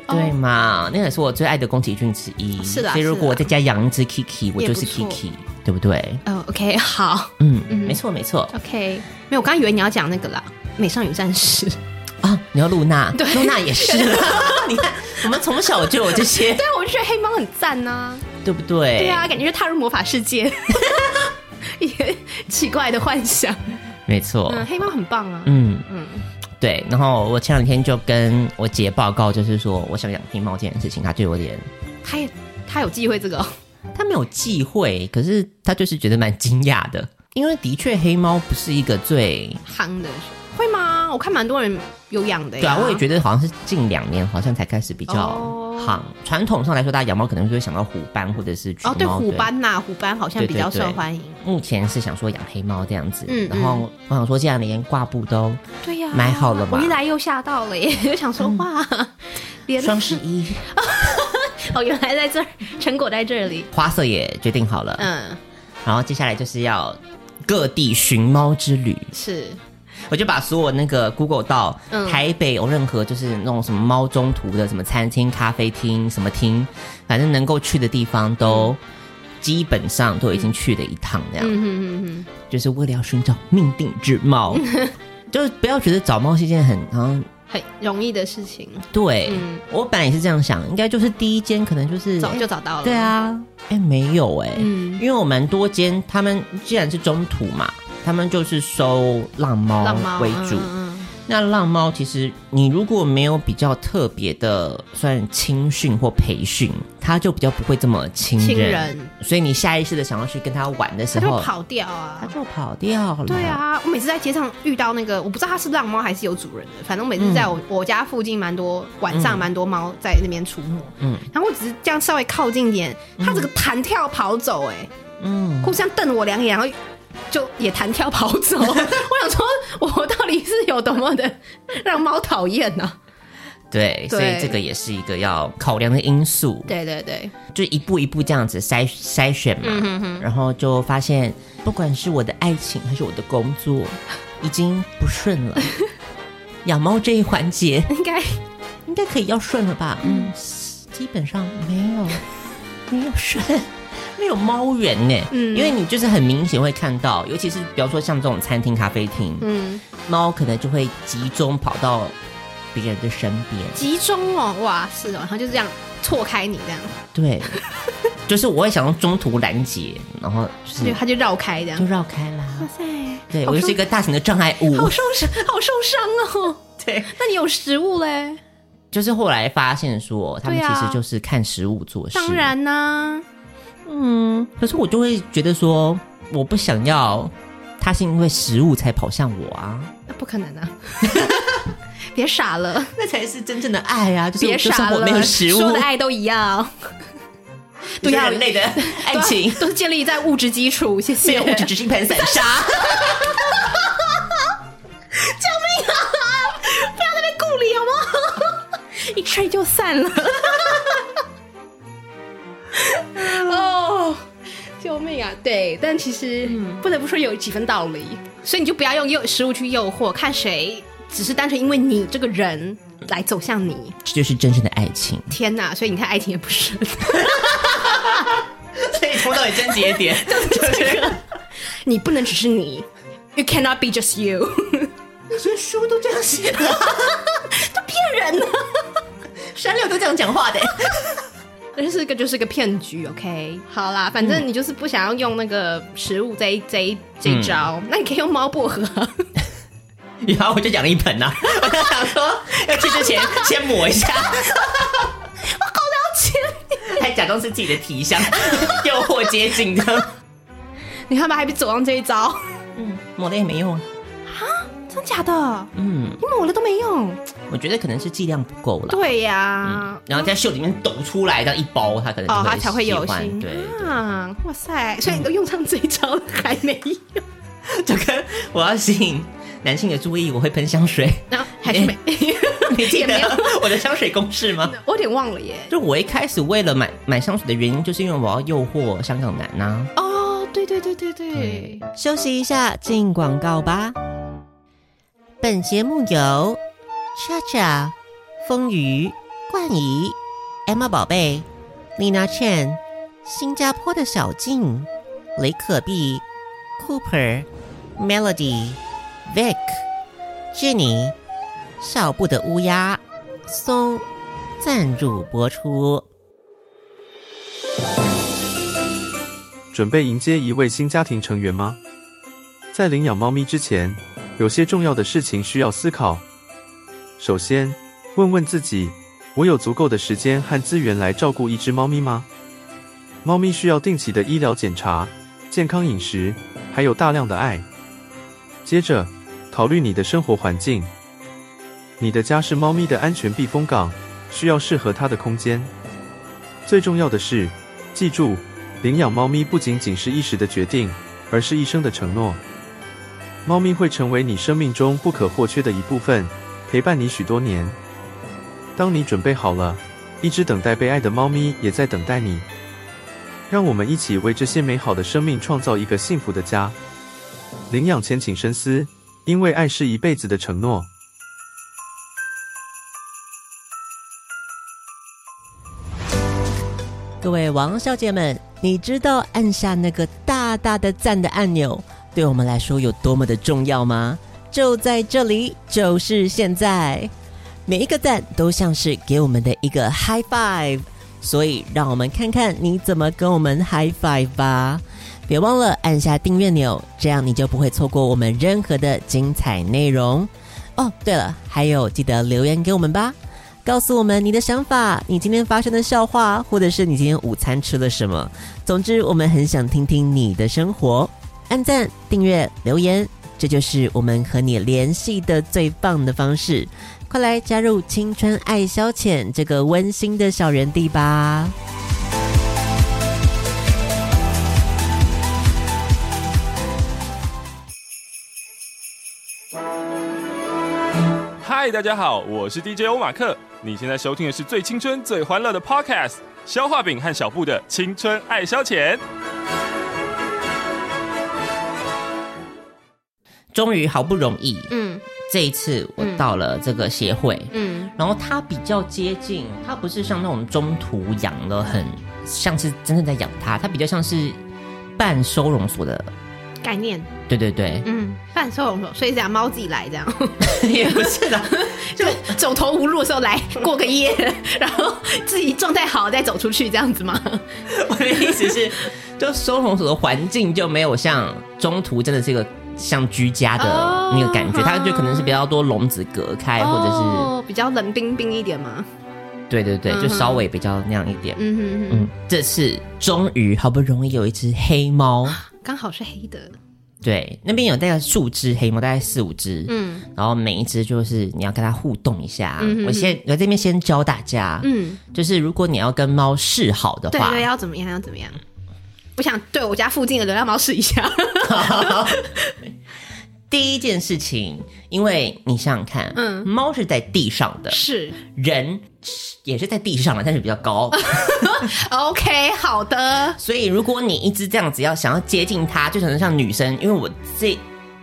S1: 对嘛，那也是我最爱的宫崎骏之一。
S3: 哦是啦
S1: 所以如
S3: 是
S1: 果
S3: 啦
S1: 我在家养一只 Kiki，我
S3: 也
S1: 就
S3: 不
S1: 是
S3: 错
S1: Kiki，对不对？
S3: 哦，OK，好
S1: 嗯，没错没错
S3: ，OK，没有，我刚以为你要讲那个啦，《美少女战士》，
S1: 啊！你要露娜，露娜也 是啦。你看，我们从小就有这些，
S3: 对啊， 我就觉得黑猫很赞呐，
S1: 对不对？
S3: 对，啊，感觉就踏入魔法世界， 一个奇怪的幻想，
S1: 没错。
S3: 嗯，黑猫很棒啊，
S1: 嗯
S3: 嗯
S1: 对。然后我前两天就跟我姐报告，就是说我想养黑猫这件事情，她就有点，
S3: 他也他有忌讳这个 哦，
S1: 她没有忌讳，可是她就是觉得蛮惊讶的，因为的确黑猫不是一个最
S3: 夯的会吗？我看蛮多人有养哎的呀，
S1: 对啊，我也觉得好像是近两年好像才开始比较
S3: 哦
S1: 夯。传统上来说，大家养猫可能就会想到虎斑或者是橘猫。
S3: 哦，对，虎。斑呐，虎斑好像比较
S1: 对对对
S3: 受欢迎，
S1: 目前是想说养黑猫这样子，
S3: 嗯
S1: 然后我想说，既然连挂布都
S3: 对呀，
S1: 买好了吧嗯
S3: 我一来又吓到 了耶，就想说哇，连
S1: 双十一，
S3: 哦，原来在这儿，成果在这里。
S1: 花色也决定好了，
S3: 嗯，
S1: 然后接下来就是要各地寻猫之旅。
S3: 是
S1: 我就把所有那个 Google 到
S3: 嗯
S1: 台北有任何就是那种什么猫中途的什么餐厅、咖啡厅、什么厅，反正能够去的地方都
S3: 嗯
S1: 基本上都已经去了一趟，这样，
S3: 嗯
S1: 就是为了要寻找命定之猫， 就是不要觉得找猫是一件很好像
S3: 很容易的事情，
S1: 对、
S3: 嗯
S1: 我本来也是这样想，应该就是第一间可能就是
S3: 早就找到了。
S1: 对，啊，哎、没有哎、
S3: 嗯
S1: 因为我蛮多间，他们既然是中途嘛，他们就是收浪猫
S3: 浪猫
S1: 为主。
S3: 嗯嗯
S1: 那浪猫其实你如果没有比较特别的算青训或培训，它就比较不会这么亲人，
S3: 亲人
S1: 所以你下意识的想要去跟它玩的时
S3: 它就
S1: 候，
S3: 跑掉
S1: 它
S3: 啊。
S1: 就跑掉了。
S3: 对，啊，我每次在街上遇到那个，我不知道它是浪猫还是有主人的，反正我每次在我、我家附近蛮多晚上蛮多猫在那边出没，
S1: 嗯
S3: 嗯，然后我只是这样稍微靠近一点，它这个弹跳跑走、哎、
S1: 嗯，
S3: 互相瞪我两眼，然后就也弹跳跑 走。我想说，我到底是有多么的让猫讨厌啊呢、
S1: 对，所以
S3: 对
S1: 这个也是一个要考量的因素。
S3: 对对对，
S1: 就一步一步这样子筛筛选嘛，然后就发现，不管是我的爱情还是我的工作，已经不顺 了。养猫这一环 节
S3: 应该
S1: 应该可以要顺了吧？嗯，基本上没有没有顺， 没有猫缘呢。嗯，因为你就是很明显会看到，尤其是比方说像这种餐厅、咖啡厅，
S3: 嗯，
S1: 猫可能就会集中跑到别人的身边。
S3: 集中哦，哇，是哦，然后就这样错开你这样，
S1: 对，就是我会想要中途拦截，然后就是
S3: 就他就绕开这
S1: 就
S3: 样。
S1: 绕开啦。
S3: 哇塞，
S1: 对
S3: 好
S1: 我就是
S3: 受
S1: 一个大型的障碍物。
S3: 好受伤，好受伤哦。
S1: 对，
S3: 那你有食物嘞？
S1: 就是后来发现说，他们
S3: 对
S1: 其
S3: 啊
S1: 实就是看食物做事。
S3: 当，然啦、
S1: 嗯，可是我就会觉得说，我不想要，他是因为食物才跑向我啊，
S3: 那不可能啊！ 别傻了，
S1: 那才是真正的爱啊！就是
S3: 别
S1: 就
S3: 傻
S1: 算我
S3: 了，
S1: 没有食物，
S3: 说的爱都一样，
S1: 对
S3: 对啊
S1: 人类的爱 情
S3: 都是建立在物质基础。谢
S1: 没
S3: 谢
S1: 有，物质，只是一盘散沙。
S3: 顾里好吗？ 一吹就散了。哦，救呀、对，但其实不得不说有几分道理，所以你就不要用诱食物去诱惑，看谁只是单纯因为你这个人来走向你。
S1: 这就是真正的爱 情。
S3: 天哪！所以你看，爱情也不是，
S1: 所以从到尾真节点，就是
S3: 你不能只是你，You cannot be just you，
S1: 所以书都这样 写的，
S3: 这骗人呢、啊
S1: 山柳都这样讲话的。
S3: 这是个就是个骗局，OK？好
S1: 嗯
S3: 啦，反正你就是不想要用那个食物这一这一这一招，那你可以用猫 薄荷啊。
S1: 然后我就养了一盆呐、啊，我就想说要去之 前先抹一下，还假装是自己的体香， 诱惑接近的，
S3: 你看吧，还没走上这一招，
S1: 抹了也没用啊。
S3: 真假的？
S1: 嗯，
S3: 你抹了都没用。
S1: 我觉得可能是剂量不够了。
S3: 对呀、
S1: 然后在袖里面抖出来，这样一包，它可能
S3: 哦，
S1: 就
S3: 它
S1: 会
S3: 才会
S1: 喜
S3: 有
S1: 欢
S3: 心
S1: 对，
S3: 啊！哇塞，所以你都用上这一招了，还没用，
S1: 就跟我要吸引男性的注意，我会喷香水。
S3: 然后还是没，
S1: 哎你记
S3: 也没有
S1: 得我的香水公式 吗？
S3: 我有点忘了耶。
S1: 就我一开始为了买买香水的原因，就是因为我要诱惑香港男啊呐、
S3: 哦，对对对对对，
S1: 休息一下，进广告吧。本节目由恰恰、风雨、冠仪、Emma 宝贝、Lina Chen、新加坡的小静、雷可碧、Cooper、Melody、Vic、Jenny、少布的乌鸦、松赞助播出。
S4: 准备迎接一位新家庭成员吗？在领养猫咪之前，有些重要的事情需要思考。首先，问问自己：我有足够的时间和资源来照顾一只猫咪吗？猫咪需要定期的医疗检查、健康饮食，还有大量的爱。接着，考虑你的生活环境。你的家是猫咪的安全避风港，需要适合它的空间。最重要的是，记住，领养猫咪不仅仅是一时的决定，而是一生的承诺。猫咪会成为你生命中不可或缺的一部分，陪伴你许多年。当你准备好了，一只等待被爱的猫咪也在等待你。让我们一起为这些美好的生命创造一个幸福的家。领养前请深思，因为爱是一辈子的承诺。
S5: 各位王小姐们，你知道按下那个大大的赞的按钮，对我们来说有多么的重要吗？就在这里，就是现在，每一个赞都像是给我们的一个 high five，所以让我们看看你怎么跟我们 high five 吧。别忘了按下订阅钮，这样你就不会错过我们任何的精彩内容。哦，对了，还有记得留言给我们吧。告诉我们你的想法，你今天发生的笑话，或者是你今天午餐吃了什么。总之，我们很想听听你的生活。按赞、订阅、留言，这就是我们和你联系的最棒的方式。快来加入“青春爱消遣”这个温馨的小园地吧！
S6: 嗨，大家好，我是 DJ 欧马克。你现在收听的是最青春、最欢乐的 Podcast，消化饼和小布的青春爱消遣。
S1: 终于好不容易，
S3: 嗯
S1: 这一次我到了这个协会，
S3: 嗯
S1: 然后它比较接近，它不是像那种中途养了很像是真正在养它，它比较像是半收容所的，
S3: 概念，
S1: 对对对，
S3: 嗯，半收容所，所以这样猫自己来这 样，
S1: 也不是啦，
S3: 就走投无路的时候来过个夜， 然后自己状态好再走出去这样子吗？
S1: 我的意思是，就收容所的环境就没有像中途真的是一个像居家的
S3: 哦
S1: 那个感觉，
S3: 哈
S1: 它就可能是比较多笼子隔开，哎或者
S3: 哦、比较冷冰冰一点嘛。
S1: 是对对对，就稍微比较那样一点。
S3: 嗯哼哼，
S1: 嗯，这次终于好不容易有一只黑猫。
S3: 刚好是黑的。
S1: 对，那边有大概数只黑猫，大概四五只，
S3: 嗯
S1: 然后每一只就是你要跟它互动一下。
S3: 嗯哼
S1: 我先我在这边先教大家，
S3: 嗯，
S1: 就是如果你要跟猫示好的
S3: 对
S1: 话，
S3: 对，要怎么样要怎么样。我想对我家附近的流浪猫试一下，
S1: 第一件事情，因为你想想看，
S3: 嗯
S1: 嗯，猫是在地上的，
S3: 是
S1: 人也是在地上的，但是比较 高，
S3: OK，好的，
S1: 所以如果你一直这样子要想要接近它，就可能像女生，因为我这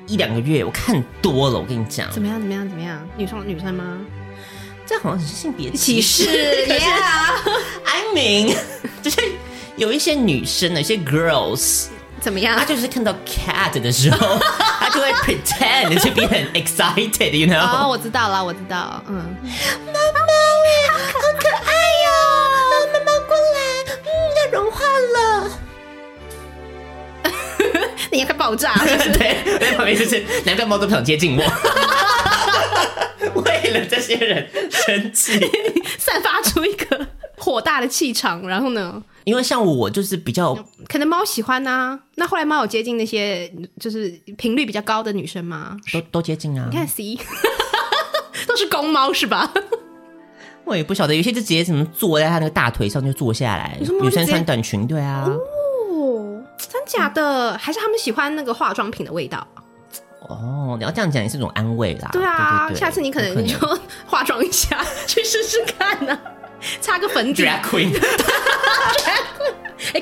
S1: 一两个月我看多了，我跟你讲，
S3: 怎么样？怎么样？怎么样？女生女生吗？
S1: 这好像是性别
S3: 歧
S1: 歧
S3: 视
S1: 视
S3: ，Yeah，
S1: I mean，就是 有一些女生呢，有些 girls，
S3: 怎么样
S1: 她？就是看到 cat 的时候， 她就会 pretend 就变很 excited，you
S3: 哦，
S1: know？
S3: 我知道了，我知道，嗯，
S1: 可爱哟、妈妈过来，嗯，要融化了。
S3: 你要快爆炸了，是不 是
S1: 对，我在旁边就是，难怪猫都不想接 近我。为了这些人生气，
S3: 散发出一个火大的气场，然后呢，
S1: 因为像我就是比较
S3: 可能猫喜欢呐、那后来猫有接近那些就是频率比较高的女生吗？
S1: 都都接近啊
S3: 你，看 C，都是公猫是吧？
S1: 我也不晓得，有些就直接怎么坐在他那个大腿上就坐下来，
S3: 说猫
S1: 女生
S3: 直接
S1: 穿短裙，对啊，
S3: 哦，真假的？还是他们喜欢那个化妆品的味道？啊
S1: 哦，你要这样讲也是一种安慰啦，
S3: 对啊，
S1: 对对
S3: 下次你可能你就
S1: 有
S3: 化妆一下，去试试看呢、啊擦个粉底，
S1: drag
S3: 哎、
S1: queen，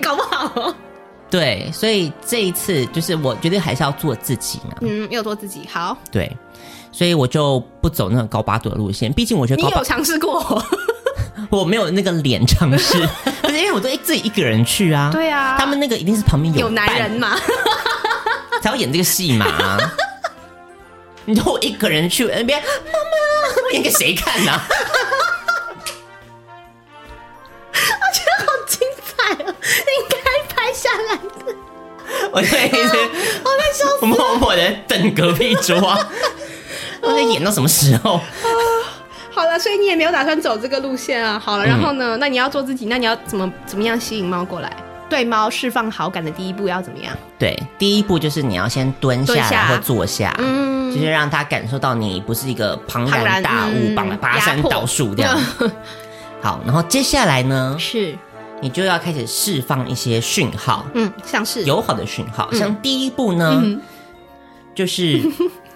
S3: 搞不好、哦，
S1: 对，所以这一次就是我觉得还是要做自己嘛，
S3: 嗯，又做自己好。
S1: 对，所以我就不走那种高八度的路线，毕竟我觉得
S3: 你
S1: 高八
S3: 有尝试过？
S1: 我没有那个脸尝试， 不是因为我都自己一个人去啊。
S3: 对啊
S1: 他们那个一定是旁边
S3: 有
S1: 伴
S3: 男人嘛？
S1: 才要演这个戏嘛。 你说我一个人去那边，妈妈，我演给谁看啊呢、
S3: 好精彩哦，应该拍下来的。
S1: 我就一直，我在笑死，默默的瞪隔壁桌、啊。 我在演到什么时候？
S3: 好了，所以你也没有打算走这个路线啊。
S1: 嗯
S3: 好了，然后呢？那你要做自己，那你要怎么怎么样吸引猫过来？对猫释放好感的第一步要怎么样？
S1: 对，第一步就是你要先蹲下
S3: 蹲下
S1: 来或坐下，
S3: 嗯
S1: 就是让他感受到你不是一个庞
S3: 庞然
S1: 然大物、
S3: 嗯
S1: 绑
S3: 压
S1: 拔山
S3: 迫
S1: 倒树这样。 好，然后接下来呢，
S3: 是，
S1: 你就要开始释放一些讯号，
S3: 嗯，像是
S1: 友好的讯号。像第一步呢，就是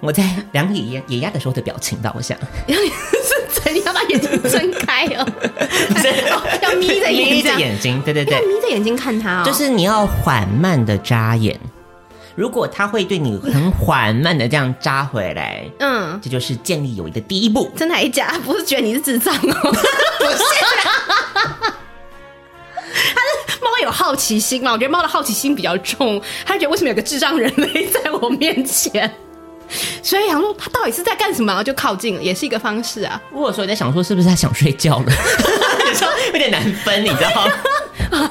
S1: 我在量野鸭野鸭的时候的表情吧，我 想
S3: 是怎样把眼睛睁开 哦？哦要眯着眼睛
S1: 眯
S3: 这
S1: 着
S3: 样，
S1: 眼睛，对对对
S3: 要，眯着眼睛看它哦。
S1: 就是你要缓慢的眨眼。如果他会对你很缓慢的这样眨回来，
S3: 嗯，
S1: 这就是建立友谊的第一步。
S3: 真的还假？啊不是觉得你是智障哦？ 不是。 猫有好奇心嘛？我觉得猫的好奇心比较重，它觉得为什么有个智障人类在我面前， 所以想说它到底是在干什么，然后就靠近了，也是一个方式啊。
S1: 我有时候也在想说，是不是他想睡觉了？ 有时候有点难分，你知道 吗？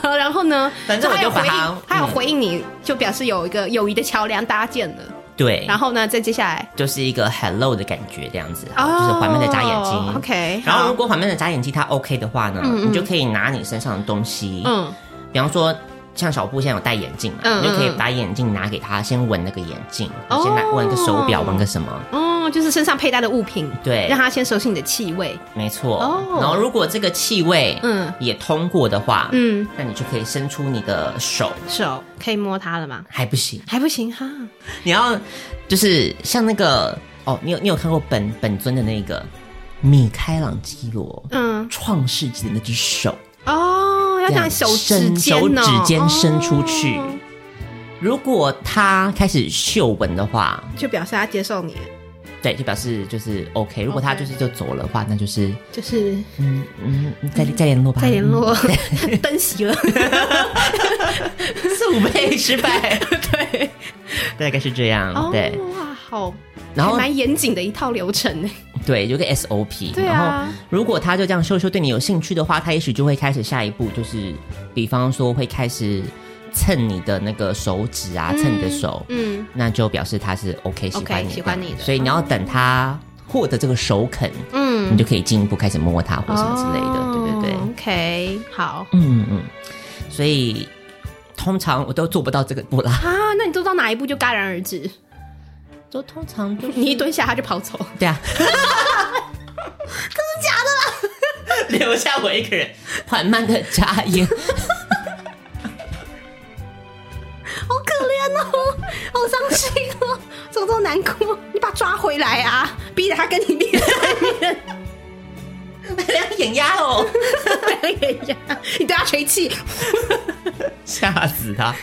S3: 然后呢，
S1: 反正我就把
S3: 它
S1: 它
S3: 有回应，它有
S1: 嗯
S3: 回应你，就表示有一个友谊的桥梁搭建了。
S1: 对，
S3: 然后呢，再接下来
S1: 就是一个 hello 的感觉，这样子，
S3: 哦
S1: 就是缓慢的眨眼睛。
S3: OK，
S1: 然
S3: 好
S1: 后如果缓慢的眨眼睛它 OK 的话呢，
S3: 嗯嗯
S1: 你就可以拿你身上的东西，
S3: 嗯，
S1: 比方说像小布现在有戴眼镜嘛，
S3: 嗯嗯
S1: 你就可以把眼镜拿给他，先闻那个眼镜，
S3: 哦
S1: 先拿闻个手表，闻个什么。
S3: 哦，就是身上佩戴的物品，
S1: 对
S3: 让它先熟悉你的气味。
S1: 没错，
S3: 哦
S1: 然后如果这个气味，
S3: 嗯
S1: 嗯，也通过的话，
S3: 嗯
S1: 嗯，那你就可以伸出你的手，
S3: 手可以摸它了吗？
S1: 还不行，
S3: 还不行哈，
S1: 你要就是像那个哦，你有你有看过本本尊的那个米开朗基罗，
S3: 嗯，
S1: 创世纪的那只手，
S3: 哦，要这样手指
S1: 伸
S3: 尖哦，
S1: 手指尖伸出去。
S3: 哦
S1: 如果他开始嗅闻的话，
S3: 就表示他接受你，
S1: 对，就表示就是 OK。如果他
S3: OK
S1: 就是就走了的话，那就是
S3: 就是
S1: 嗯嗯，再再联络吧，
S3: 再联络， 登 席了，
S1: 四五 倍哎失败，
S3: 对，
S1: 大概是这样。对，
S3: 哦，哇，好，
S1: 然后
S3: 还蛮严谨的一套流程呢，
S1: 对，有个 SOP。
S3: 对啊
S1: 然后如果他就这样秀秀对你有兴趣的话，他也许就会开始下一步，就是比方说会开始蹭你的那个手指啊，蹭你的手，
S3: 嗯，
S1: 那就表示他是 OK 喜欢你
S3: OK，喜欢你的
S1: 所以你要等他获得这个手肯，
S3: 嗯
S1: 你就可以进一步开始摸他或什么之类的，对
S3: 哦
S1: 对对，
S3: ，OK，好
S1: 嗯嗯，所以通常我都做不到这个步啦，
S3: 啊，那你做到哪一步就戛然而止，
S1: 就通常就
S3: 你一蹲下它就跑 走，
S1: 对 啊，可是假的啦，留下我一个人缓慢的眨 眼，
S3: 好可怜哦，好伤心哦，走到难过，你把他抓回来啊，逼着他跟你面对面。
S1: 两眼压哦，
S3: 两眼压，你对他吹气，
S1: 吓死他！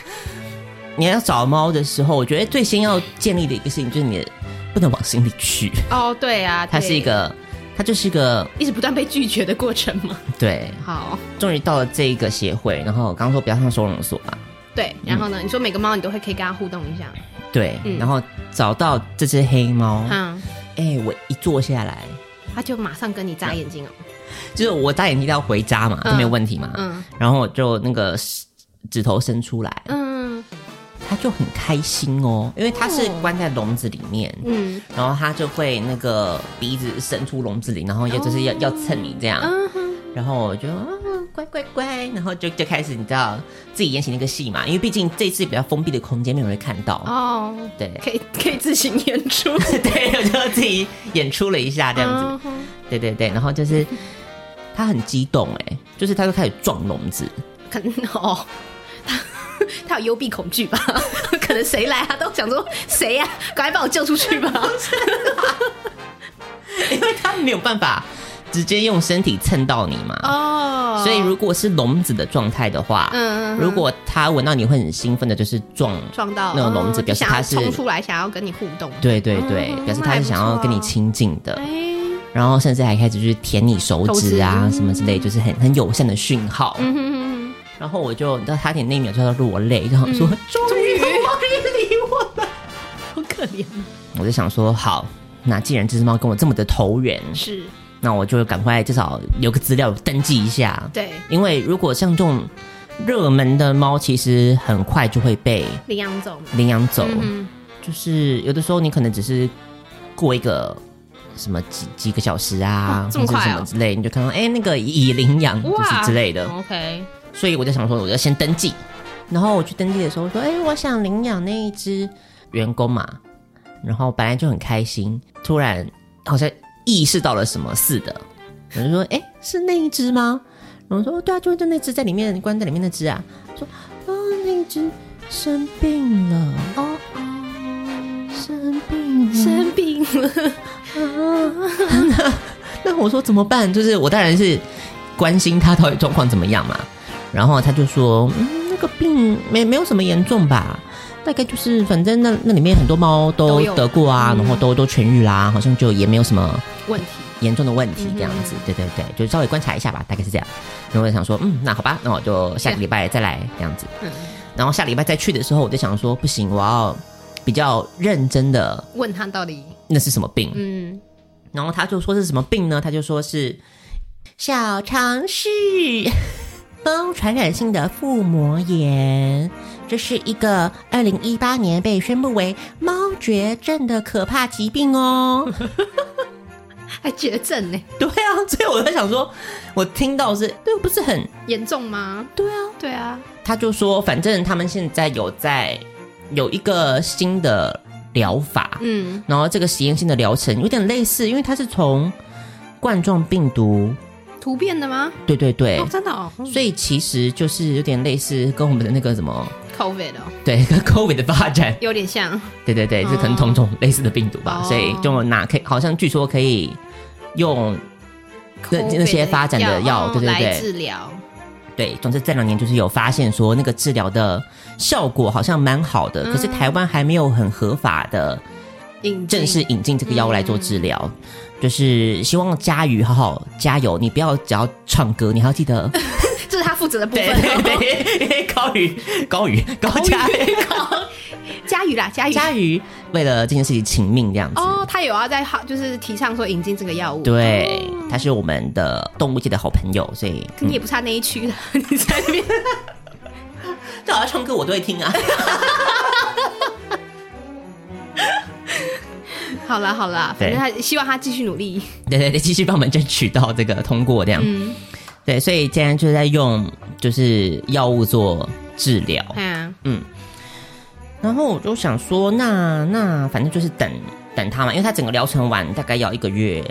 S1: 你要找猫的时候，我觉得最先要建立的一个事情就是你的不能往心里去，
S3: 哦，对啊，
S1: 它
S3: 对
S1: 是一个，它就是一个
S3: 一直不断被拒绝的过程嘛。
S1: 对。
S3: 好，
S1: 终于到了这一个协会，然后我刚刚说不要上收容所嘛，
S3: 对，
S1: 嗯
S3: 然后呢？你说每个猫你都会可以跟它互动一下，
S1: 对，
S3: 嗯
S1: 然后找到这只黑猫，哎、
S3: 嗯，
S1: 我一坐下来，
S3: 它就马上跟你眨眼睛哦。
S1: 就是我大眼睛要回家嘛，
S3: 嗯
S1: 都没有问题嘛，
S3: 嗯
S1: 然后我就那个指头伸出来，
S3: 嗯
S1: 它就很开心哦，因为它是关在笼子里面，
S3: 嗯
S1: 然后它就会那个鼻子伸出笼子里，然后也就是要、要蹭你这样，
S3: 哦嗯哼，
S1: 然后我就啊乖乖乖，然后就就开始你知道自己演起那个戏嘛，因为毕竟这次比较封闭的空间，没有人会看到，
S3: 哦，
S1: 对。
S3: 可以可以自行演出
S1: 对，我就自己演出了一下这样子，
S3: 嗯哼
S1: 对对对，然后就是他很激动哎、就是他就开始撞笼 子，
S3: 可能哦， 他他有幽闭恐惧吧？ 可能谁来他啊都想说谁呀、赶快把我救出去吧！
S1: 因为他没有办法直接用身体蹭到你嘛，
S3: 哦
S1: 所以如果是笼子的状态的话，
S3: 嗯嗯嗯
S1: 如果他闻到你会很兴奋的，就是撞
S3: 撞到
S1: 那个笼子，
S3: 嗯
S1: 表示
S3: 想要
S1: 他是
S3: 冲出来想要跟你互动，
S1: 对对对，
S3: 嗯
S1: 表示他是想要跟你亲近的，
S3: 哎，
S1: 然后甚至还开始就是舔你手指啊
S3: 手指
S1: 什么之类，就是很很友善的讯号。
S3: 嗯哼哼嗯
S1: 然后我就你知道他舔那一秒就要落泪，就想说、终于有猫也理我了。
S3: 哼，好可怜，
S1: 我就想说，好，那既然这只猫跟我这么的投缘，
S3: 是
S1: 那我就赶快至少留个资料登记一下。
S3: 对
S1: 因为如果像这种热门的猫，其实很快就会被
S3: 领养走嘛，
S1: 领养走。
S3: 嗯
S1: 就是有的时候你可能只是过一个什么几几个小时啊
S3: 哦，这么
S1: 或者
S3: 快
S1: 什
S3: 哦
S1: 么之类，你就看到哎、那个已领养
S3: 哼
S1: 就是之类的。
S3: ，OK，
S1: 所以我就想说，我要先登记。然后我去登记的时候说，哎、我想领养那一只员工嘛。然后本来就很开心，突然好像意识到了什么似的，我就说，哎、是那一只吗？然后说，哦对啊，就就那只在里面关在里面那只啊。说，啊、那一只生病了，
S3: 哦哦，
S1: 生病了。
S3: 生病了，
S1: 那我说怎么办？就是我当然是关心他到底状况怎么样嘛。然后他就说，嗯，那个病没没有什么严重吧，大概就是反正那那里面很多猫
S3: 都
S1: 都
S3: 有
S1: 得过啊，
S3: 嗯
S1: 然后都都痊愈啦，好像就也没有什么
S3: 问题，
S1: 严重的问
S3: 嗯
S1: 题这样子。对对对，就稍微观察一下吧，大概是这样。然后我就想说，嗯，那好吧，那我就下个礼拜再来这样子。
S3: 嗯，
S1: 然后下礼拜再去的时候，我就想说，不行，我要比较认真的，
S3: 问他到底，
S1: 那是什么病？
S3: 嗯，
S1: 然后他就说是什么病呢？他就说是小肠是 风传染性的腹膜炎，这是一个二零一八年被宣布为猫绝症的可怕疾病 哦。
S3: 还哎绝症欸呢，
S1: 对啊，所以我在想说，我听到是对，不是很
S3: 严重吗？
S1: 对啊。
S3: 对啊，
S1: 他就说，反正他们现在有在有一个新的疗法，
S3: 嗯，
S1: 然后这个实验性的疗程有点类似，因为它是从冠状病毒，
S3: 突变的吗？
S1: 对对对，
S3: 哦，真的哦，
S1: 所以其实就是有点类似跟我们的那个什么，
S3: COVID 哦，
S1: 对，跟 COVID 的发展，
S3: 有点像，
S1: 对对对，
S3: 哦
S1: 是可能同种类似的病毒吧，
S3: 哦
S1: 所以就哪可以，好像据说可以用那
S3: COVID
S1: 那些发展的药，
S3: 哦
S1: 对对
S3: 来
S1: 对
S3: 治疗，
S1: 对，总之这两年就是有发现说那个治疗的效果好像蛮好
S3: 嗯
S1: 的，可是台湾还没有很合法的
S3: 引进
S1: 正式引进这个药物来做治疗。
S3: 嗯
S1: 就是希望佳宇好好加油，你不要只要唱歌，你还要记 得
S3: 这是他负责的部分
S1: 对
S3: 哦。
S1: 对对，因为高宇高宇高 佳宇
S3: 佳哦宇啦，佳宇，
S1: 佳宇为了这件事情请命这样子。
S3: 哦，他有要在好，就是提倡说引进这个药物，，
S1: 对，他是我们的动物界的好朋友，所以
S3: 哦
S1: 嗯
S3: 可你也不差那一区的， 你在那边，
S1: 只要唱歌我都会听啊。
S3: 好啦好啦，反
S1: 对
S3: 正他希望他继续努力，
S1: 对对对，继续帮我们争取到这个通过这样。
S3: 嗯，
S1: 对，所以现在就是在用就是药物做治疗，
S3: 哎呀，
S1: 然后我就想说，那那反正就是等等他嘛，因为他整个疗程完大概要一个月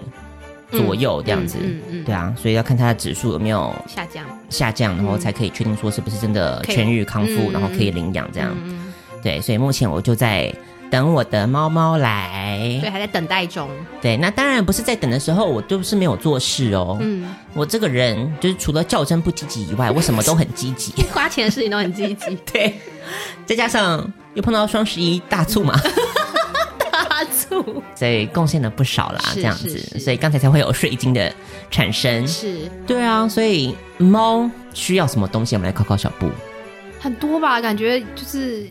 S1: 左右这样子。
S3: 嗯嗯嗯
S1: 对啊，所以要看他的指数有没有
S3: 下降，
S1: 下降，然后才可以确定说是不是真的
S3: 可以
S1: 痊愈康复，
S3: 嗯
S1: 然后可以领养这样。
S3: 嗯，
S1: 对，所以目前我就在等我的猫猫来。
S3: 对，还在等待中。
S1: 对，那当然不是在等的时候，我就是没有做事哦。
S3: 嗯，
S1: 我这个人就是除了较真不积极以外，我什么都很积极。。
S3: 花钱的事情都很积极
S1: 对，再加上又碰到双十一大促 嘛，
S3: 大促
S1: 所以贡献了不少啦。
S3: 是
S1: 这样子
S3: 是，是
S1: 所以刚才才会有税金的产生。
S3: 是
S1: 对啊，所以猫需要什么东西？我们来考考小布。
S3: 很多吧？感觉就是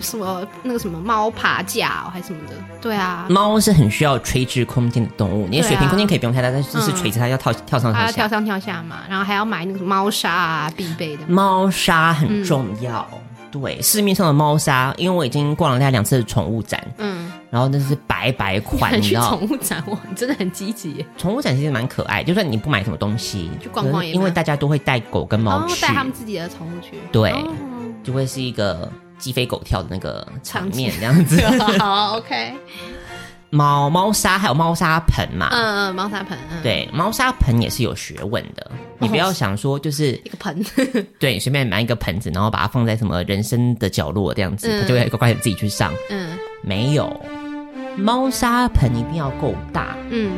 S3: 什么那个什么猫爬架、哦、还是什么的。对啊，
S1: 猫是很需要垂直空间的动物，你的
S3: 对啊
S1: 水平空间可以不用太大，但是就是垂嗯直，它要跳跳上
S3: 还
S1: 跳
S3: 要跳
S1: 下。
S3: 上跳下嘛，然后还要买那个猫砂啊，必 备的。
S1: 猫砂很重要，对市面上的猫砂，因为我已经逛了大概两次的宠物展，
S3: 嗯，
S1: 然后那是白白款，你
S3: 去
S1: 知道，
S3: 宠物展，哦我真的很积极耶。
S1: 宠物展其实蛮可爱，就算你不买什么东西，
S3: 去逛逛
S1: 可
S3: 也蛮
S1: 是因为大家都会带狗跟
S3: 然
S1: 猫
S3: 后
S1: 去，
S3: 带他们自己的宠物去。
S1: 对
S3: 哦
S1: 就会是一个鸡飞狗跳的那个场
S3: 场景
S1: 面这样子。
S3: 好，OK，哦
S1: 猫猫砂还有猫砂盆嘛，
S3: 嗯嗯，猫砂盆，嗯，，
S1: 对，猫砂盆也是有学问的，你不要想说就是
S3: 一个 盆，
S1: 对，你随便买一个盆子，然后把它放在什么人生的角落这样子，
S3: 嗯
S1: 它就会乖乖的自己去上。
S3: 嗯
S1: 没有，猫砂盆一定要够大，
S3: 嗯，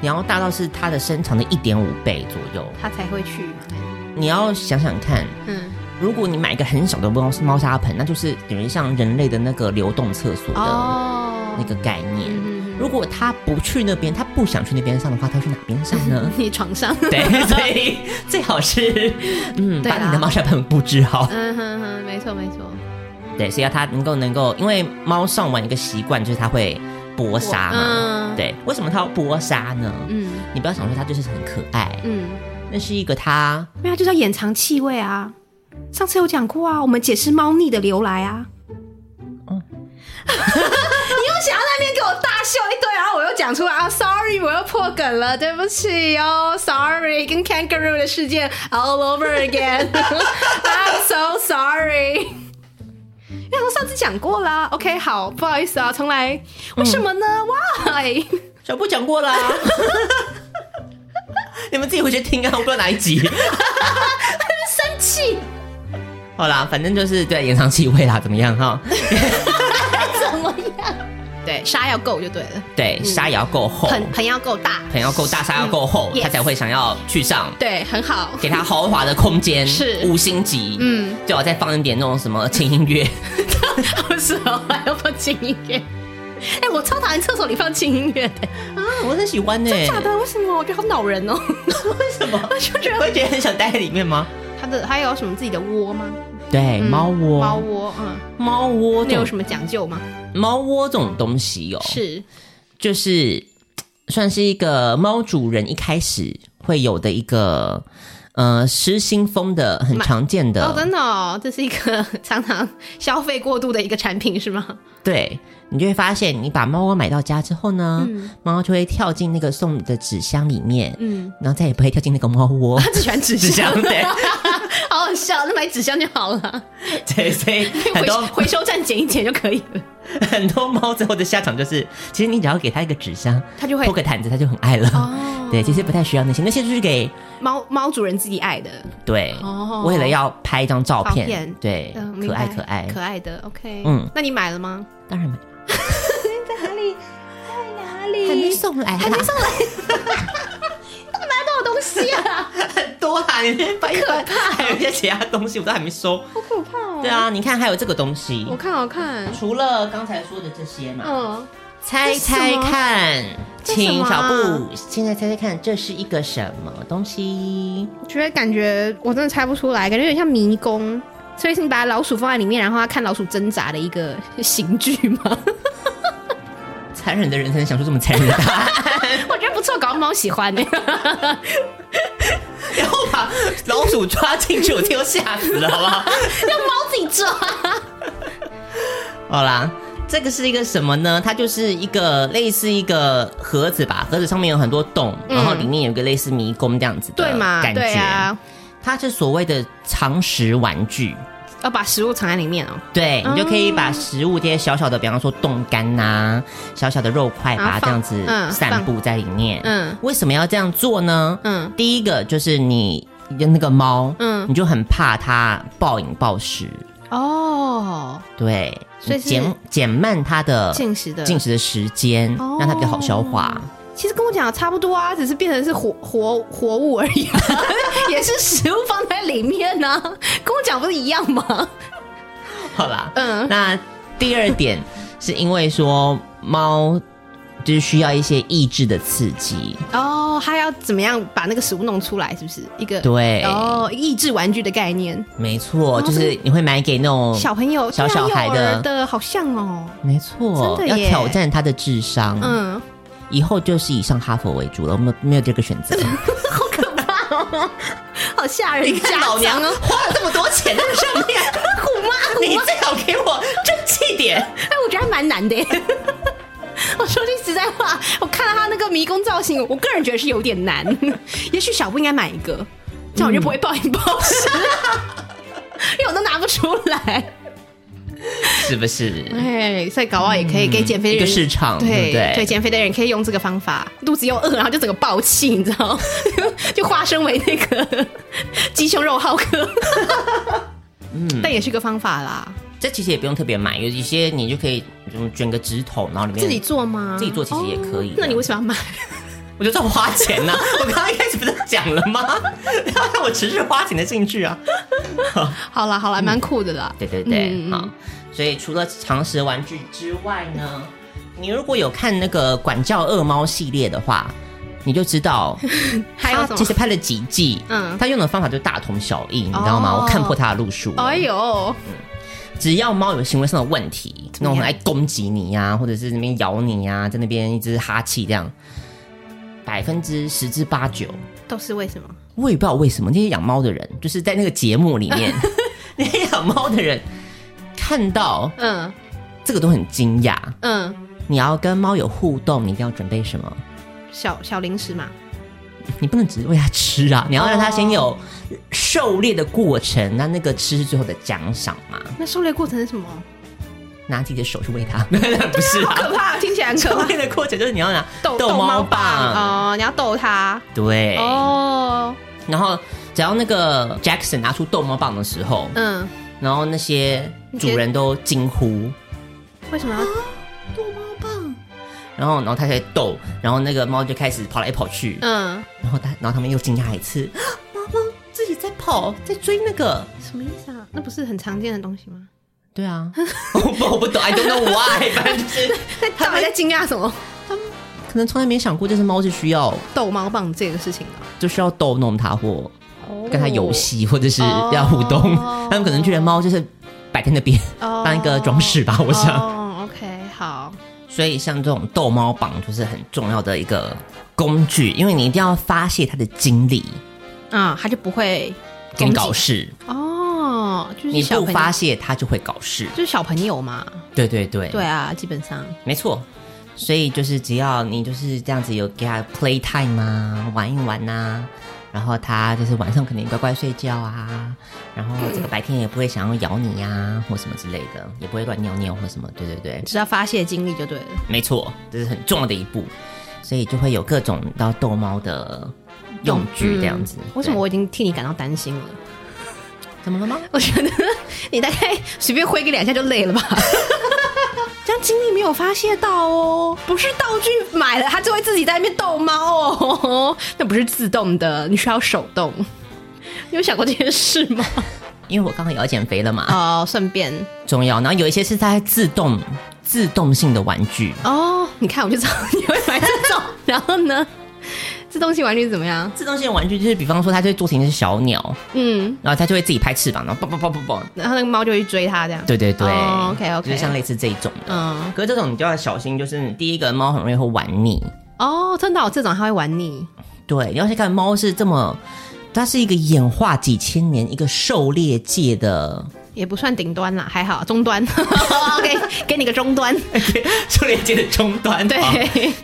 S1: 你要大到是它的身长的一点五倍左右。
S3: 他才会去嘛，
S1: 你要想想看，
S3: 嗯，
S1: 如果你买一个很小的猫猫砂盆，那就是等于像人类的那个流动厕所的
S3: 哦，
S1: 那个概念。
S3: 嗯，嗯
S1: 如果它不去那边，它不想去那边上的话，它会去哪边上呢
S3: 嗯？你床上，
S1: 对，所以最好是，嗯，
S3: 对啊
S1: 把
S3: 啦
S1: 你的猫砂盆布置好。
S3: 嗯哼哼，没错没错，
S1: 对，所以要它能够能够，因为猫上完一个习惯就是它会搏杀嘛。
S3: 嗯，，
S1: 对，为什么它要搏杀呢？
S3: 嗯
S1: 你不要想说它就是很可爱，
S3: 嗯，
S1: 那是一个它
S3: 没有，就是要掩藏气味啊。上次有讲过啊，我们解释猫腻的由来啊。 你又想要那边给我大秀一堆，然后我又讲出来啊，sorry，我又破梗了，对不起哦，sorry，跟 kangaroo 的事件 all over again，I'm so sorry。因为我上次讲过啦 o k 好，不好意思啊，重来。为什么呢、w h y
S1: 小布讲过啦。你们自己回去听啊，我不知道哪一 集。
S3: 生气？
S1: 好啦，反正就是对延长气味啦，怎么样 哈？
S3: 怎么样？对，沙要够就对了，
S1: 对，沙也要够厚，
S3: 盆盆要够大，
S1: 盆要够大，沙要够厚，
S3: 嗯
S1: 它
S3: yes
S1: 才会想要去上。
S3: 对，很好。
S1: 给它豪华的空间，
S3: 是
S1: 五星级，嗯
S3: 嗯，
S1: 最好再放一点那种什么轻音 乐，
S3: 不是哦，还要放轻音乐。 哎、我超讨厌厕所里放轻音乐的，
S1: 我很喜欢呢、
S3: 假的？为什么？我觉得好恼 人哦。
S1: 为什么？
S3: 我就觉得
S1: 会觉得很想待在里面吗？
S3: 他的还有什么自己的窝吗？
S1: 对，
S3: 嗯
S1: 猫窝，
S3: 猫，窝，嗯，
S1: 猫窝
S3: 那
S1: 这
S3: 有
S1: 种
S3: 什么讲究吗？
S1: 猫窝这种东西哦，
S3: 是，
S1: 就是嘖算是一个猫主人一开始会有的一个呃失心疯的很常见的，
S3: 哦，真的哦，这是一个常常消费过度的一个产品是 吗？
S1: 对。你就会发现，你把猫窝买到家之后呢，猫就会跳进那个送你的纸箱里面，
S3: 嗯，
S1: 然后再也不会跳进那个猫窝。
S3: 他只喜欢纸
S1: 纸箱
S3: 箱，
S1: 对
S3: 好好笑，那买纸箱就好了，
S1: 对，所以很
S3: 回
S1: 多
S3: 回收站捡一捡就可以了。
S1: 很多猫最后的下场就是，其实你只要给它一个纸箱，
S3: 它就会
S1: 铺个毯子，它就很爱了。
S3: 哦
S1: 对，其实不太需要那些，那些就是给
S3: 猫猫主人自己爱的，
S1: 对，
S3: 哦
S1: 为了要拍一张照片，
S3: 照片
S1: 对，
S3: 嗯，明
S1: 可爱
S3: 白
S1: 可爱，
S3: 可爱的，OK，
S1: 嗯
S3: 嗯，那你买了吗？
S1: 当然没，
S3: 哪
S1: 还没
S3: 里？
S1: 送来，啊还没送 来，
S3: 什么东西啊？
S1: 很多啦，你那翻一翻，还有一些其他东西我都还没收，好可怕、哦。对啊，你看还有这个东西
S3: 我，看，我看，
S1: 除了刚才说的这些嘛，
S3: 嗯，
S1: 猜
S3: 这是什么
S1: 猜看，
S3: 这是什
S1: 请
S3: 么
S1: 小
S3: 啊
S1: 布现在猜猜看，这是一个什么东西？
S3: 我觉得感觉我真的猜不出来，感觉有点像迷宫。所以是你把老鼠放在里面，然后它看老鼠挣扎的一个刑具吗？
S1: 残忍的人才能想出这么残忍的答案，
S3: 我觉得不错，搞到猫喜欢 呢、
S1: 然后把老鼠抓进去，我听都吓死了，好不好？
S3: 让猫自己抓。
S1: 好啦，这个是一个什么呢？它就是一个类似一个盒子吧，盒子上面有很多洞，
S3: 嗯
S1: 然后里面有一个类似迷宫这样子的
S3: 对嘛？
S1: 感觉。
S3: 对啊，
S1: 它是所谓的常识玩具。
S3: 要把食物藏在里面哦，
S1: 对你就可以把食物这些小小的，比方说冻干呐、小小的肉块，把它
S3: 啊
S1: 这
S3: 放
S1: 样子
S3: 嗯
S1: 散布在里面。
S3: 嗯
S1: 为什么要这样做呢？
S3: 嗯
S1: 第一个就是你的那个猫，嗯
S3: 嗯，
S1: 你就很怕它暴饮暴食，
S3: 哦，
S1: 对，
S3: 所以是
S1: 减减慢它的
S3: 进食的
S1: 进食的时间，
S3: 哦
S1: 让它比较好消化。
S3: 其实跟我讲的差不多啊，只是变成是活活活物而已、啊，也是食物放在里面呢、跟我讲不是一样吗？
S1: 好啦，
S3: 嗯
S1: 那第二点是因为说猫就是需要一些意志的刺激，
S3: 哦，他要怎么样把那个食物弄出来？是不是一个
S1: 对
S3: 哦，益智玩具的概念，
S1: 没错，
S3: 哦
S1: 就是你会买给那种
S3: 小朋友
S1: 哦小小孩
S3: 对啊幼
S1: 的，
S3: 儿的好像哦，
S1: 没错，
S3: 真的
S1: 要
S3: 耶
S1: 挑战他的智商。嗯，
S3: 嗯，
S1: 以后就是以上哈佛为主了，我们没有这个选 择。
S3: 好吓人，家老娘 哦，
S1: 花了这么多钱在上面，
S3: 虎妈虎妈，
S1: 最好给我争气点。
S3: 哎，我觉得还 蛮难的耶。我说句实在话，我看到他那个迷宫造型，我个人觉得是有点难。也许小布应该买一个，这样我就不会暴饮暴食，
S1: 嗯
S3: 因为我都拿不出来。
S1: 是不是？
S3: 哎，所以搞不好也可以给减
S1: 嗯一
S3: 肥的
S1: 个
S3: 人、
S1: 市场，对
S3: 对
S1: 不对？
S3: 对，减肥的人可以用这个方法，肚子又饿，然后就整个暴气，你知道， 就化身为那个鸡胸肉浩克。
S1: 嗯
S3: 但也是个方法啦。
S1: 这其实也不用特别买，有一些你就可以嗯卷个指头，然后里面
S3: 自己做吗？
S1: 自己做其实也可以
S3: 哦
S1: 的
S3: 那你为什么要买？
S1: 我就在花钱呐、 我刚刚一开始不是讲了吗？ 要让我持续花钱的兴趣啊！
S3: 好啦好
S1: 嗯
S3: 啦，蛮酷的啦。
S1: 对对对，
S3: 嗯
S1: 好。所以除了常识玩具之外呢，你如果有看那个管教恶猫系列的话，你就知 道
S3: 还有
S1: 他
S3: 什么
S1: 其实拍了几季，
S3: 嗯
S1: 他用的方法就大同小异，你知道吗？
S3: 哦
S1: 我看破他的路数。
S3: 哎呦，
S1: 只要猫有行为上的问题，那种
S3: 么样
S1: 很爱攻击你呀、或者是那边咬你呀、在那边一直哈气这样，百分之十至八九，
S3: 都是为什么？
S1: 我也不知道为什么那些养猫的人，就是在那个节目里 面，那些养猫的人看到
S3: 嗯
S1: 这个都很惊讶。
S3: 嗯，
S1: 你要跟猫有互动，你一定要准备什么？
S3: 小小零食嘛。
S1: 你不能只是喂它吃啊，你要让它先
S3: 哦
S1: 有狩猎的过程，那那个吃是最后的奖赏嘛。
S3: 那狩猎过程是什么？
S1: 拿自己的手去喂 它，不是啊，
S3: 可怕，听起来很可
S1: 可
S3: 怕。
S1: 爱的过程就是你要拿
S3: 逗
S1: 逗猫哎
S3: 棒哦，你要逗它
S1: 对，
S3: 哦，
S1: 然后只要那个 Jackson 拿出逗猫棒的时候，
S3: 嗯，
S1: 然后那些主人都惊呼，
S3: 为什么要
S1: 然后然后他才逗，然后那个猫就开始跑来跑去，
S3: 嗯？
S1: 然后他然后他们又惊讶一次，啊猫猫自己在跑，在追那个。
S3: 什么意思啊？那不是很常见的东西吗？
S1: 对 啊，我不我不懂，I don't know why，反正就是
S3: 那到底在惊讶什么？
S1: 可能从来没想过这只猫是需要
S3: 逗猫棒这个事情啊，
S1: 就需要逗弄它或
S3: 哦
S1: 跟它游戏或者是要互动，
S3: 哦
S1: 他们可能觉得猫就是摆在那边
S3: 哦
S1: 当一个装饰吧，我想。
S3: 哦，OK，好，
S1: 所以像这种逗猫棒就是很重要的一个工具，因为你一定要发泄它的精力，
S3: 嗯，它就不会
S1: 给你
S3: 攻击
S1: 搞事。
S3: 哦，就是
S1: 你
S3: 小
S1: 不
S3: 朋友
S1: 发泄，它就会搞事。
S3: 就是小朋友嘛，
S1: 对对对，
S3: 对啊，基本上
S1: 没错。所以就是只要你就是这样子有给它 play time 啊，玩一玩呐、然后它就是晚上可能乖乖睡觉啊，然后这个白天也不会想要咬你呀、啊或什么之类的，也不会乱尿尿或什么。对对对，
S3: 只要发泄精力就对了。
S1: 没错，这是很重要的一步，所以就会有各种到逗猫的用具这样子。
S3: 嗯为什么我已经替你感到担心了？
S1: 对怎么了吗？
S3: 我觉得你大概随便挥个两下就累 了吧。这样精力没有发泄到哦，不是道具买了，它就会自己在那边逗猫哦，那不是自动的，你需要手 动。你有想过这件事吗？
S1: 因为我刚刚也要减肥了嘛，
S3: 哦，顺便
S1: 重要。然后有一些是它自动自动性的玩具，
S3: 哦， 你看我就知道你会买这种。然后呢，自动性玩具怎么样？
S1: 自动性的玩具就是比方说它就会做成一只小鸟，
S3: 嗯，
S1: 然后它就会自己拍翅膀，然后蹦蹦蹦蹦蹦。
S3: 然后那个猫就会去追它，这样。
S1: 对对对、
S3: 哦，OK，OK
S1: 就是像类似这一种的。
S3: 嗯，
S1: 可是这种你就要小心，就是你第一个猫很容易会玩腻，
S3: 哦，真的、哦，这种它会玩腻。
S1: 对，你要先看猫是这么，它是一个演化几千年一个狩猎界 的
S3: 也不算顶端啦，还好中 端。OK，给你个中端。
S1: 狩猎界的终端。
S3: 对，
S1: 啊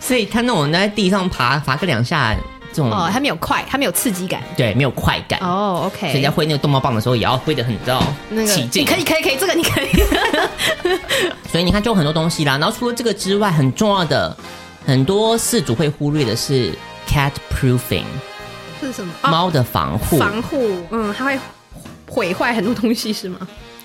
S1: 所以它那种在地上爬爬个两下，这种、
S3: 哦，它没有快，它没有刺激感。
S1: 对没有快感。
S3: 哦
S1: 所以在
S3: ，OK，
S1: 挥那个逗猫棒的时候，也要挥得很你知道
S3: 那个
S1: 起劲。
S3: 你可以，可以，可以，这个你可以。
S1: 所以你看，就有很多东西啦。然后除了这个之外，很重要的，很多饲主会忽略的是 cat proofing，、
S3: 这是什么？哦
S1: 猫的防护。
S3: 防护。嗯，它会毁坏很多东西是吗？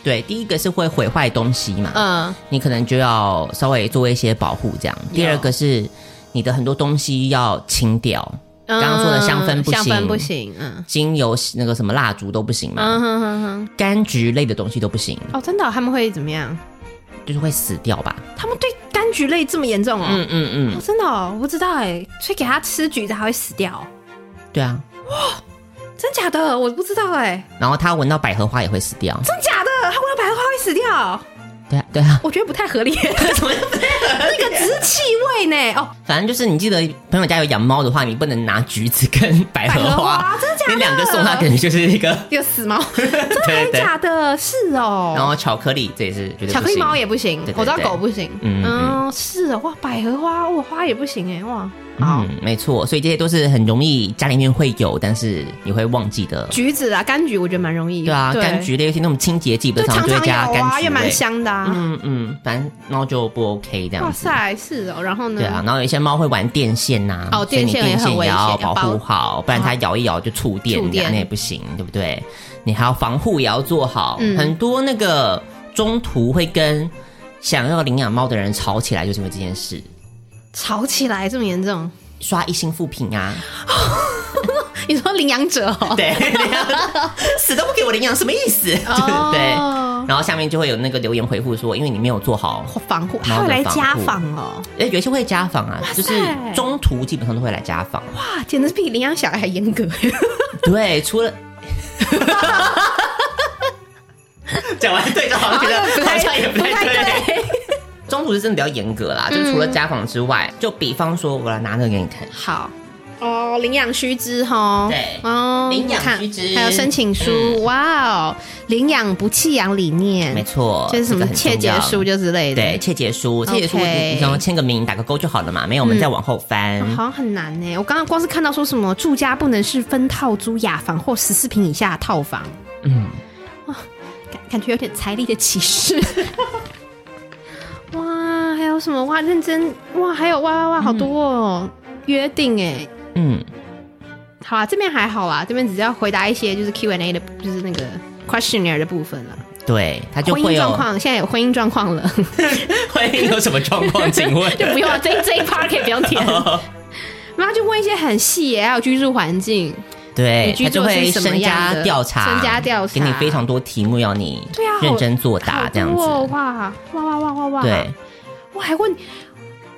S1: 对，第一个是会毁坏东西嘛，
S3: 嗯，
S1: 你可能就要稍微做一些保护这样。第二个是你的很多东西要清掉，
S3: 刚
S1: 刚说的香氛不行
S3: 香氛不行，嗯，
S1: 精油那个什么蜡烛都不行嘛，
S3: 嗯哼哼哼，
S1: 柑橘类的东西都不行，
S3: 哦，真的哦、他们会怎么样？
S1: 就是会死掉吧。
S3: 他们对柑橘类这么严重哦？
S1: 嗯嗯
S3: 哦
S1: 嗯，
S3: 真的哦，我不知道哎，所以给他吃橘子还会死掉哦、
S1: 对啊。
S3: 真假的？我不知道哎，
S1: 然后它闻到百合花也会死掉，
S3: 真假的？他闻到百合花会死掉？
S1: 对啊对啊，
S3: 我觉得不太 合理，怎么那个只是气味呢？哦，
S1: 反正就是你记得朋友家有养猫的话，你不能拿橘子跟百合
S3: 百合
S1: 花
S3: 花真的假，的
S1: 你两个送它肯定就是一个
S3: 有死猫，真
S1: 对
S3: 的
S1: 对
S3: 假的？是哦。
S1: 然后巧克力这也是觉得
S3: 巧克力猫也不行，
S1: 对对
S3: 我知道
S1: 对
S3: 狗不行。
S1: 嗯
S3: 嗯，是啊，哇，百合花，哇，花也不行哎，哇，好，
S1: 嗯，没错，所以这些都是很容易家里面会有，但是你会忘记的。
S3: 橘子啊，柑橘我觉得蛮容易。
S1: 对啊，柑橘类，尤其那种清洁剂，不
S3: 对
S1: 是
S3: 常
S1: 常就会
S3: 常
S1: 加
S3: 有
S1: 柑
S3: 啊，
S1: 橘
S3: 也蛮
S1: 类。
S3: 香的啊。
S1: 嗯嗯，反正猫就不 OK 这样
S3: 哇
S1: 子。
S3: 塞，是哦，然后呢？
S1: 对啊，然后有一些猫会玩电线呐、
S3: 哦
S1: 所以你
S3: 电线也
S1: 电
S3: 很
S1: 线
S3: 危
S1: 也
S3: 险
S1: 要
S3: 要
S1: 保
S3: 保
S1: 护好，不然它咬一咬就触电
S3: 触，
S1: 这样
S3: 电
S1: 那也不行，对不对？你还要防护也要做好，
S3: 嗯
S1: 很多那个中途会跟想要领养猫的人吵起来，就是因为这件事。
S3: 吵起来这么严重？
S1: 刷一星复评啊，
S3: 你说领养者 哦？
S1: 对，死都不给我领养，什么意思？
S3: 哦
S1: 对，然后下面就会有那个留言回复说，因为你没有做好
S3: 防护，
S1: 猫的
S3: 他会来家
S1: 防护
S3: 访哦，
S1: 哎，有一些会家访啊，
S3: 塞
S1: 就是中途基本上都会来家访。
S3: 哇，啊简直比领养小孩还严格。
S1: 对，除了 讲完对就好像觉得 好像也不太对。
S3: 对。嗯
S1: 中途是真的比较严格啦，就是除了家访之外，就比方说我来拿那个给你看，
S3: 好，哦，领养须知哈，
S1: 对
S3: 哦，
S1: 领养
S3: 我看
S1: 须知嗯
S3: 还有申请书，哇哦，领养不弃养理念，
S1: 没，错，
S3: 就是什
S1: 这
S3: 么
S1: 个很
S3: 切
S1: 重
S3: 结
S1: 要
S3: 书就之类的，
S1: 对，切结书，切结书
S3: OK
S1: 你只要签个名、打个勾就好了嘛。没有，我们再往后翻。
S3: 啊好像很难呢。我刚刚光是看到说什么住家不能是分套租雅房或十四平以下的套房，
S1: 嗯，
S3: 感感觉有点财力的 歧视。哇，还有什么哇？认真哇，还有哇哇哇，好多哦！约定哎，
S1: 嗯，
S3: 好啊，这边还好啦，这边只是要回答一些就是 Q&A 的，就是那个 questionnaire 的部分了。啊
S1: 对，他就
S3: 婚
S1: 会哦
S3: 姻状
S1: 有
S3: 况现在有婚姻状况了，
S1: 会有什么状况？请问
S3: 就不用了，这这一 part 可以不用填。
S1: 哦
S3: 然后就问一些很细耶，还有居住环境。
S1: 对
S3: 你，居
S1: 他
S3: 住
S1: 就会
S3: 是什么
S1: 身
S3: 样
S1: 家
S3: 的
S1: 调查，
S3: 身家调查
S1: 给你非常多题目要你
S3: 对啊
S1: 认真作答
S3: 好
S1: 这样
S3: 多哦
S1: 子。
S3: 哇哇哇哇哇哇！
S1: 对，
S3: 我还问，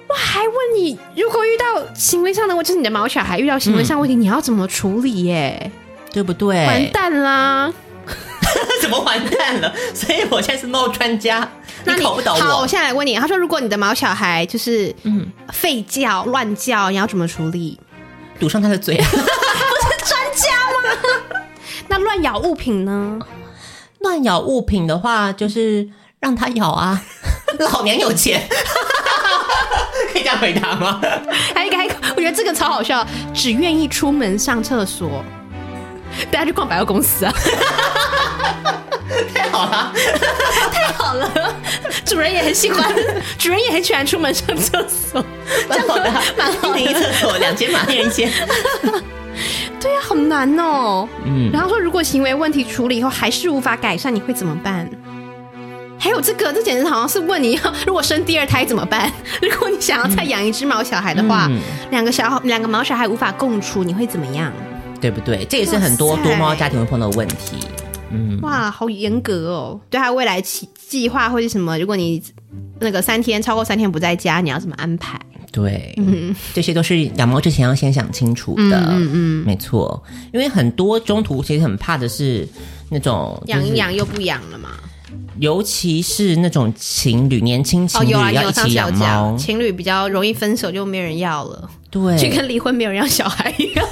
S3: 我还问你，如果遇到行为上的问题，就是你的毛小孩遇到行为上问题，你要怎么处理耶？
S1: 对不对？
S3: 完，蛋啦！
S1: 怎么完蛋了？所以我现在是猫专家，
S3: 那
S1: 你考不倒
S3: 好，我
S1: 我。
S3: 现在来问你，他说如果你的毛小孩就是
S1: 嗯
S3: 嗯吠叫、乱叫，你要怎么处理？
S1: 堵上他的 嘴，
S3: 那乱咬物品呢？
S1: 乱咬物品的话，就是让他咬啊。 老娘有钱， 可以这样回答 吗？
S3: 还有一个，还有一个，哎我觉得这个超好笑，只愿意出门上厕所。大家去逛百货公司啊！
S1: 太好了，
S3: 太好了，主人也很喜欢，主人也很喜欢出门上厕所。
S1: 蛮好的，啊
S3: 蛮好的
S1: 一人一厕 所，两间嘛，一人一间。
S3: 对呀、好难哦。
S1: 嗯
S3: 然后说，如果行为问题处理以后还是无法改善，你会怎么办？还有这个，这简直好像是问你要， 如果生第二胎怎么办？ 如果你想要再养一只毛小孩的话，
S1: 嗯
S3: 两个小两个毛小孩无法共处，你会怎么样？
S1: 对不对？这也是很多
S3: 哇塞
S1: 多猫家庭会碰到的问题。嗯，
S3: 哇，好严格哦！对他未来计计划会是什么？如果你那个三天超过三天不在家，你要怎么安排？
S1: 对，这些都是养猫之前要先想清楚的。嗯嗯，没错，因为很多中途其实很怕的是那种
S3: 养
S1: 就是
S3: 一养又不养了嘛？
S1: 尤其是那种情侣，年轻情
S3: 哦，
S1: 侣
S3: 有啊，
S1: 要
S3: 有
S1: 一
S3: 上
S1: 起
S3: 次有
S1: 养猫
S3: 讲，，情侣比较容易分手，就没人要了，就
S1: 对，
S3: 跟离婚没有人要小孩一 样。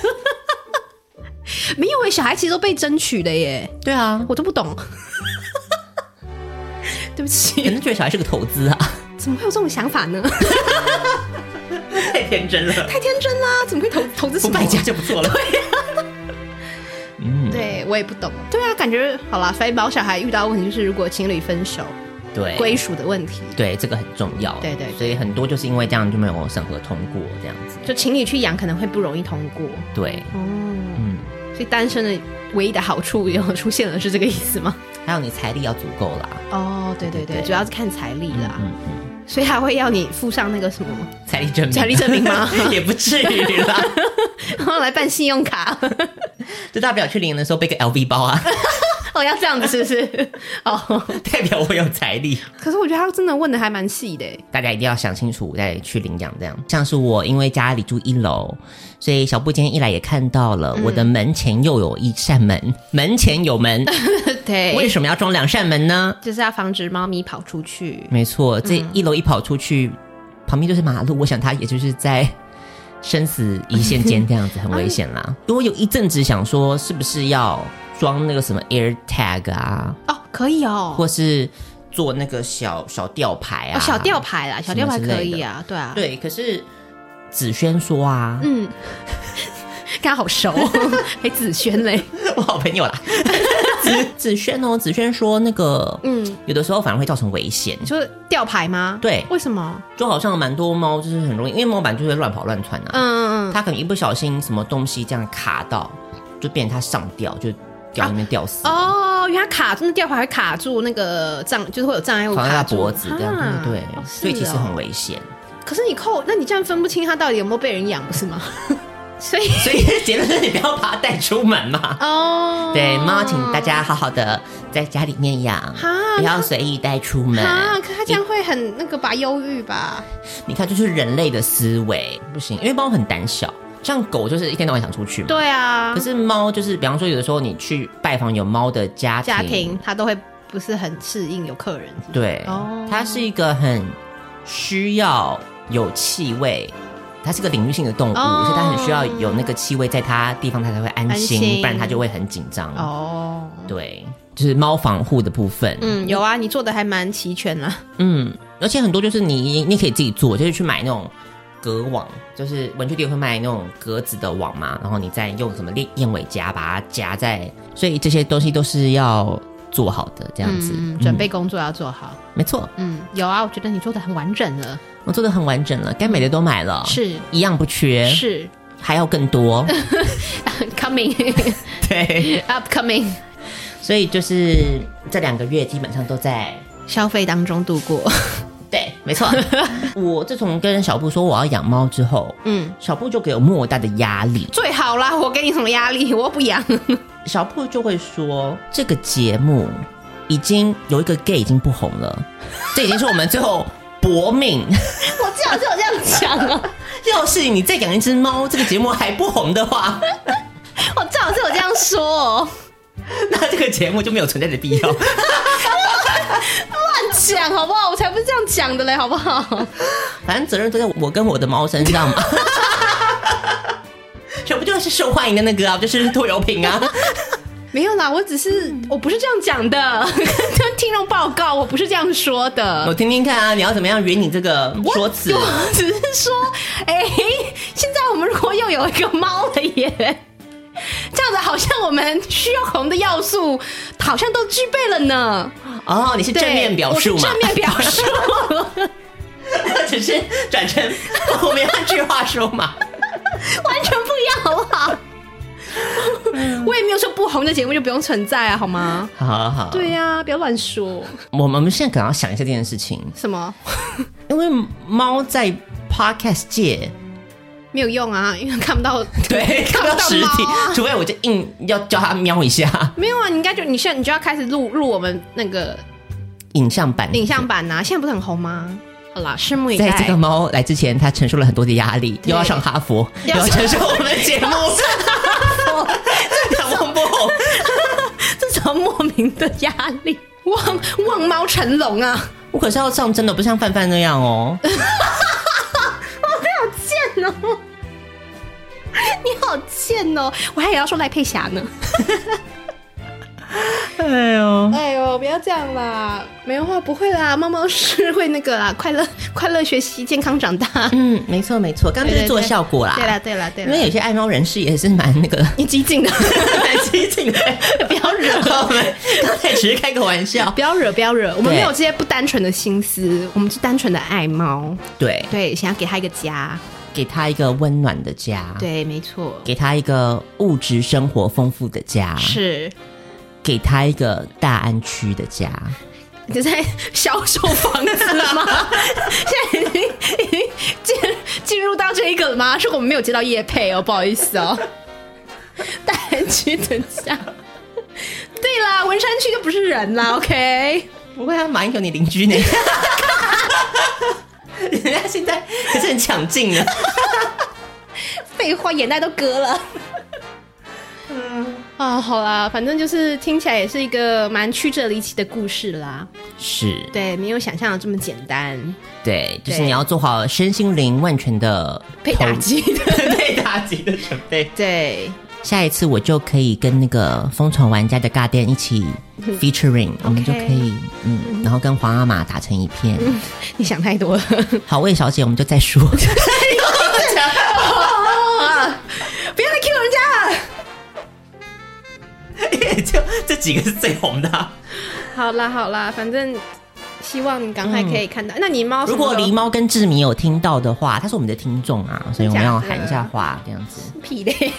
S3: 没有诶、欸小孩其实都被争取的耶，
S1: 对啊，
S3: 我都不 懂。对不
S1: 可
S3: 起，
S1: 能觉得小孩是个投资啊，
S3: 怎么会有这种想法呢？
S1: 太天真了，
S3: 太天真啦、怎么会投投资 什
S1: 不
S3: 么？
S1: 败家就不错了。
S3: 对我也不懂。对啊，感觉好啦，所以毛小孩遇到的问题就是，如果情侣分手，
S1: 对，
S3: 归属的问题，
S1: 对这个很重要，
S3: 对对对
S1: 所以很多就是因为这样就没有审核通过，这样子，
S3: 就情侣去养可能会不容易通过。
S1: 对，
S3: 哦，
S1: 嗯。
S3: 所以单身的唯一的好处有出现了，是这个意思吗？
S1: 还有你财力要足够啦。
S3: 哦，对对
S1: 对
S3: 对，
S1: 对
S3: 主要是看财力啦，
S1: 嗯嗯，
S3: 所以他会要你附上那个什么，
S1: 财力证明，
S3: 财力证明吗
S1: 也不至于 啦。
S3: 然后来办信用卡。
S1: 就大不了去领的时候背个 LV 包啊，
S3: 哦，要这样子是不是？哦，
S1: 代表我有财力。
S3: 可是我觉得他真的问的还蛮细的耶，欸
S1: 大家一定要想清楚再去领养。这样，像是我因为家里住一楼，所以小布今天一来也看到了，
S3: 嗯
S1: 我的门前又有一扇门，门前有门，为
S3: 对，
S1: 什么要装两扇门呢？
S3: 就是嗯要防止猫咪跑出去。
S1: 没错，这一楼一跑出去，旁边就是马路，我想它也就是在生死一线间这样子，很危险 啦。因为我有一阵子想说，是不是要装那个什么 Air Tag 啊，
S3: 哦，可以哦，
S1: 或是做那个小小吊牌啊、
S3: 哦小吊。牌啦，小吊牌
S1: 什么之
S3: 可
S1: 类的
S3: 以啊，对啊，，
S1: 对，可是子轩说啊，
S3: 嗯，跟他好熟， 还子轩嘞，
S1: 我好朋友啦，子子轩哦，子轩说那个，
S3: 嗯
S1: 嗯，有的时候反而会造成危险，
S3: 你说吊牌吗？
S1: 对
S3: 为什么？
S1: 就好像蛮多猫就是很容易，因为猫板就会乱跑乱窜啊，
S3: 嗯嗯嗯。
S1: 它可能一不小心什么东西这样卡到，就变成它上吊，就掉那边吊死，
S3: 哦，原来卡住那吊牌会卡住那个障，就是会有障碍物
S1: 绑在它
S3: 卡住
S1: 脖子这样，
S3: 啊
S1: 对对对，
S3: 哦是
S1: 所以其实
S3: 哦
S1: 很危险。
S3: 可是你扣，那你这样分不清它到底有没有被人养，不是吗？ 所以
S1: 所以结论是你不要把它带出门嘛。
S3: 哦，
S1: 对，猫，请大家好好的在家里面养，
S3: 哈
S1: 不要随意带出门。
S3: 啊，可它这样会很那个吧，忧郁吧？
S1: 你看，就是人类的思维不行，因为猫很胆小，像狗就是一天到晚想出去嘛。。
S3: 对啊
S1: 可，是猫就是，比方说有的时候你去拜访有猫的家庭，
S3: 家庭它都会不是很适应有客人，
S1: 对，
S3: 哦
S1: 它是一个很需要有气味。它是个领域性的动物，
S3: 哦
S1: 所以它很需要有那个气味，在它地方它才会安心，
S3: 安心
S1: 不然它就会很紧张。哦，
S3: 哦。
S1: 对，就是猫防护的部分。嗯
S3: 嗯，有啊，你做的还蛮齐全啊啦。
S1: 而且很多就是你你可以自己做，就是去买那种隔网，就是文具店会卖那种格子的网嘛，然后你再用什么燕燕尾夹把它夹在，所以这些东西都是要做好的这样子。
S3: 嗯，准备工作要做好。
S1: 嗯没错，
S3: 嗯，有啊，我觉得你做的很完整了。
S1: 我做的很完整了，该买的都买了，
S3: 是
S1: 一样不缺，
S3: 是
S1: 还要更多。
S3: coming
S1: 对，
S3: upcoming
S1: 所以就是这两个月基本上都在。
S3: 消费当中度过。
S1: 对，没 错。我自从跟小布说我要养猫之后，
S3: 嗯，
S1: 小布就给我莫大的压力。
S3: 最好啦，我给你什么压力？我又不养。
S1: 小布就会说，这个节目已经有一个 gay 已经不红 了，这已经是我们最后搏命。
S3: 我最好是有这样讲
S1: 啊
S3: 哦，
S1: 要是你再养一只猫，这个节目还不红的 话，
S3: 我最好是有这样说哦，
S1: 那这个节目就没有存在的必要。
S3: 讲好不好？我才不是这样讲的嘞，好不好？
S1: 反正责任都在我跟我的猫身上嘛。 这不就是受欢迎的那个啊，就是拖油瓶 啊。
S3: 没有啦，我只是我不是这样讲的， 跟听众报告，我不是这样说的
S1: 我。听听看啊，你要怎么样圆你这个说辞？
S3: 我只是说，哎、现在我们如果又有一个猫了耶， 这样子好像我们需要红的要素好像都具备了呢。
S1: 哦，你是
S3: 对
S1: 正面表述
S3: 我是
S1: 嘛
S3: 正？面表 述，
S1: 只是转成后面换句话说 嘛。
S3: 完全不一样，好不好？我也没有说不红的节目就不用存在啊，好吗？
S1: 好好好，
S3: 对呀、不要乱说。
S1: 我们我们现在可能要想一下这件事情，
S3: 什么
S1: 因为猫在 podcast 界，
S3: 没有用啊，因为看不到。
S1: 对，看不到实体，除非我就硬要叫它瞄一下
S3: 没有啊，你应该就你现在你就要开始录录我们那个
S1: 影像版。
S3: 影像版呐、啊，现在不是很红吗？好啦，拭目以待。
S1: 在这个猫来之前，它承受了很多的压力，又要上哈佛，又
S3: 要
S1: 要承受我们的节目， 想红不红？
S3: 这什么莫名的压力？望望猫成龙啊！
S1: 我可是要上真的，不像范范那样哦。
S3: 贱哦，你好贱哦！我还以为要说赖佩霞呢。
S1: 哎呦，
S3: 哎呦，不要这样啦！没有话不会啦，猫猫是会那个啦，快乐快乐学习，健康长大。
S1: 嗯，没错没错，刚刚就是做效果啦。
S3: 对啦，对啦，对
S1: 因为
S3: 啦。
S1: 有些爱猫人士也是蛮那个。
S3: 你激进的，
S1: 蛮激进的，
S3: 不要惹
S1: 我们 刚才只是开个玩笑
S3: 不。要惹，不要惹。我们
S1: 对
S3: 没有这些不单纯的心思，我们是单纯的爱猫，
S1: 对，
S3: 对，想要给它一个家。
S1: 给他一个温暖的家，，
S3: 对，没错，
S1: 给他一个物质生活丰富的家，
S3: 是
S1: 给他一个大安区的家。
S3: 你在销售房子吗？ 现在已经已经进进入到这一个了吗？是我们没有接到业配哦，不好意思哦。大安区的家， 对啦，文山区就不是人啦，OK。
S1: 不会啊， 马英九你邻居 呢？人家现在可是很抢镜啊。
S3: 废话，眼袋都割了。嗯啊，好啦，反正就是听起来也是一个蛮曲折离奇的故事啦。
S1: 是，
S3: 对，没有想象的这么简单，
S1: 对，就是
S3: 对
S1: 你要做好身心灵万全的
S3: 被打击的。
S1: 被打击的准备。
S3: 对，
S1: 下一次我就可以跟那个疯传玩家的尬店一起 featuring，我们就可以嗯，然后跟皇阿玛打成一片。
S3: 你想太多了。
S1: 好，魏小姐，我们就再 说。
S3: 不要再 Q 人家了。
S1: 就这几个是最红的啊、
S3: 好啦好啦，反正希望你赶快可以看到。那嗯你猫什
S1: 如
S3: 么时候
S1: 果狸猫跟志明有听到的话，他是我们的听众啊，所以我们要
S3: 真假的
S1: 喊一下话，这样子。
S3: 屁嘞，
S1: 什么屁？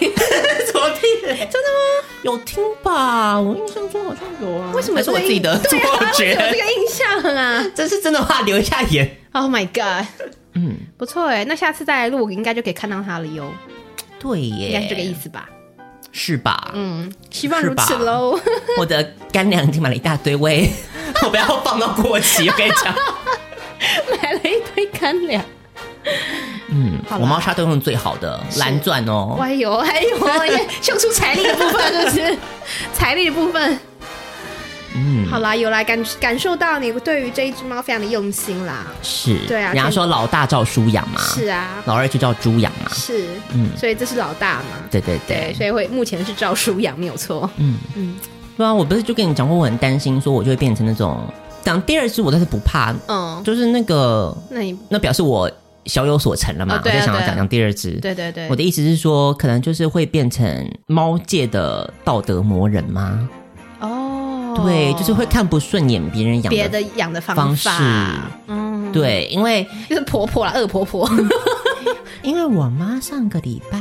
S1: 真的吗？有听吧？我印象中好像有啊。
S3: 为什么
S1: 还是我自己的
S3: 这
S1: 错
S3: 个印对
S1: 觉
S3: 啊？为什么有 这个印象啊
S1: 这是真的话，留一下 言。
S3: ？Oh my god，嗯，不错哎，那下次再来录，我应该就可以看到它了哟，
S1: 对耶，
S3: 应该是这个意思吧？
S1: 是吧？
S3: 嗯，希望如此喽。
S1: 我的干粮已经买了一大堆喂， 我不要放到过期。我跟你讲，
S3: 买了一堆干粮。
S1: 嗯，
S3: 好啦
S1: 我猫砂都用最好的蓝钻哦。
S3: 哎呦，还有耶秀出财力的部分， 就是财力的部分。
S1: 嗯，
S3: 好啦，有啦，感感受到你对于这一只猫非常的用心啦。
S1: 是，
S3: 对啊
S1: 人家说老大照书养嘛，
S3: 是啊，
S1: 老二就叫猪养嘛。
S3: 是，
S1: 嗯
S3: 所以这是老大嘛。
S1: 对对
S3: 对，
S1: 对，
S3: 所以会目前是照书养，没有错。
S1: 对啊，我不是就跟你讲过，我很担心，说我就会变成那种讲第二只我倒是不怕，
S3: 嗯，
S1: 就是那个
S3: 那你
S1: 那表示我小有所成了嘛，
S3: 哦对啊
S1: 我就想要
S3: 对啊
S1: 讲讲第二只。
S3: 对对对，
S1: 我的意思是说，可能就是会变成猫界的道德魔人吗？
S3: 哦，
S1: 对，就是会看不顺眼别人养
S3: 别
S1: 的
S3: 的养的方
S1: 方式
S3: 法，。嗯，
S1: 对，因为
S3: 就是婆婆啦，恶婆 婆。
S1: 因为我妈上个礼 拜，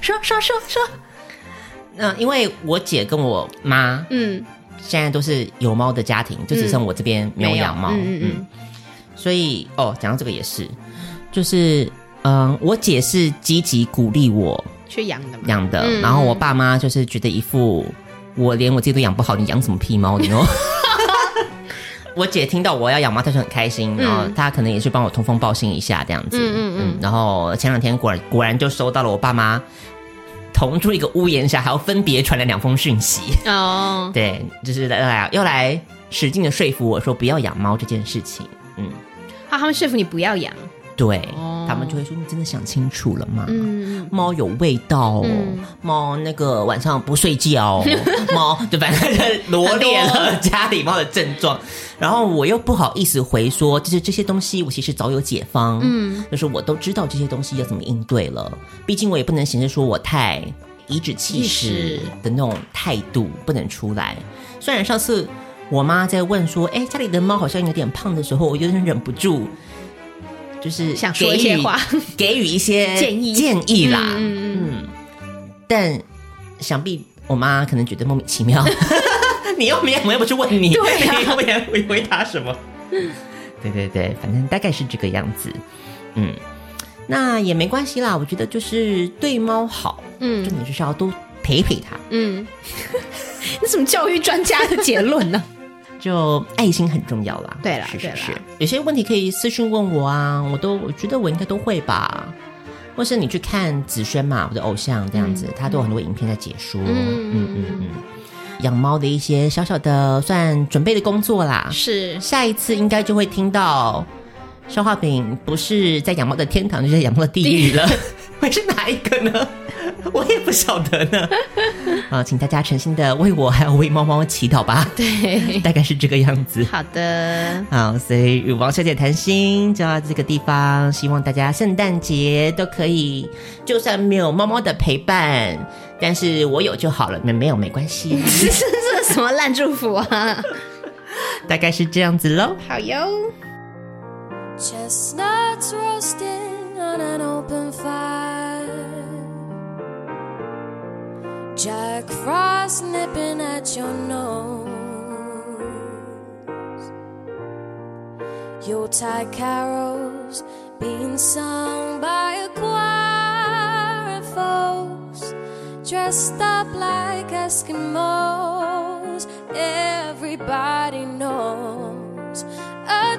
S3: 说说说说，
S1: 那、因为我姐跟我妈
S3: 嗯，
S1: 现在都是有猫的家庭，就只剩我这边没有养猫。
S3: 嗯嗯嗯，
S1: 所以哦，讲到这个也是，就是嗯，我姐是积极鼓励我
S3: 去养的嘛。
S1: 养的，
S3: 嗯
S1: 然后我爸妈就是觉得一副我连我自己都养不好，你养什么屁猫你哦。
S3: 嗯
S1: 我姐听到我要养猫，她就很开心，然后她可能也去帮我通风报信一下这样子。
S3: 嗯嗯嗯
S1: 然后前两天果然果然就收到了我爸妈同住一个屋檐下，还要分别传来两封讯息。
S3: 哦，
S1: 对，就是来来要来使劲的说服我说不要养猫这件事情。嗯，
S3: 啊，他们说服你不要养。
S1: 对、
S3: 哦
S1: 他们就会说你真的想清楚了吗？
S3: 嗯，
S1: 猫有味道哦
S3: 嗯，
S1: 猫、那个晚上不睡觉 哦，猫就反正就是罗列了家里猫的症状，然后我又不好意思回说，就是这些东西我其实早有解方，嗯，就是我都知道这些东西要怎么应对了，毕竟我也不能显示说我太颐指气
S3: 意
S1: 使
S3: 识
S1: 的那种态度不能出来。虽然上次我妈在问说，哎，家里的猫好像有点胖的时候，我有点忍不住。就是
S3: 想说一些
S1: 给予
S3: 话，
S1: 给予一些
S3: 建议
S1: 建议啦，
S3: 嗯
S1: 嗯，但想必我妈可能觉得莫名其 妙。你又没有，我又不是问你，
S3: 对啊
S1: 你又没有回回答什么？对对对，反正大概是这个样子。嗯，那也没关系啦，我觉得就是对猫好，
S3: 嗯
S1: 重点就是要多陪陪它，
S3: 嗯，那什么教育专家的结论呢？
S1: 就爱心很重要啦。
S3: 对啦
S1: 是
S3: 对
S1: 是
S3: 啦
S1: 是，有些问题可以私讯问我啊，我都我觉得我应该都会吧。或是你去看子轩嘛，我的偶像这样子，他都有很多影片在解说。
S3: 嗯
S1: 嗯 嗯嗯，养猫的一些小小的算准备的工作啦。
S3: 是
S1: 下一次应该就会听到消化饼不是在养猫的天堂，就是在养猫的地狱了。 会是哪一个呢？ 我也不晓得呢。 啊，请大家诚心的为我还有为猫猫祈祷吧。
S3: 对，
S1: 大概是这个样子。
S3: 好的，
S1: 好，所以与王小姐谈心就到这个地方，希望大家圣诞节都可以，就算没有猫猫的陪伴，但是我有就好了，没没有没关系，
S3: 这是这是什么烂祝福啊？
S1: 大概是这样子喽。
S3: 好哟。
S7: Chestnuts roasting on an open fire. Jack Frost nipping at your nose. Yuletide carols being sung by a choir of folks dressed up like Eskimos. Everybody knows a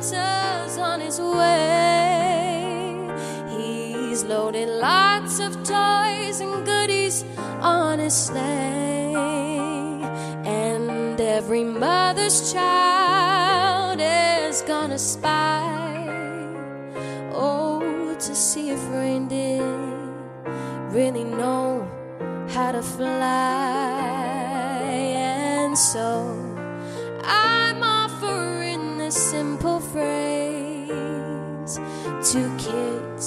S7: Santa's on his way. He's loaded lots of toys and goodies on his sleigh, and every mother's child is gonna spy Oh, to see if reindeer really know how to fly. And so I'm offering this simple phrase to kids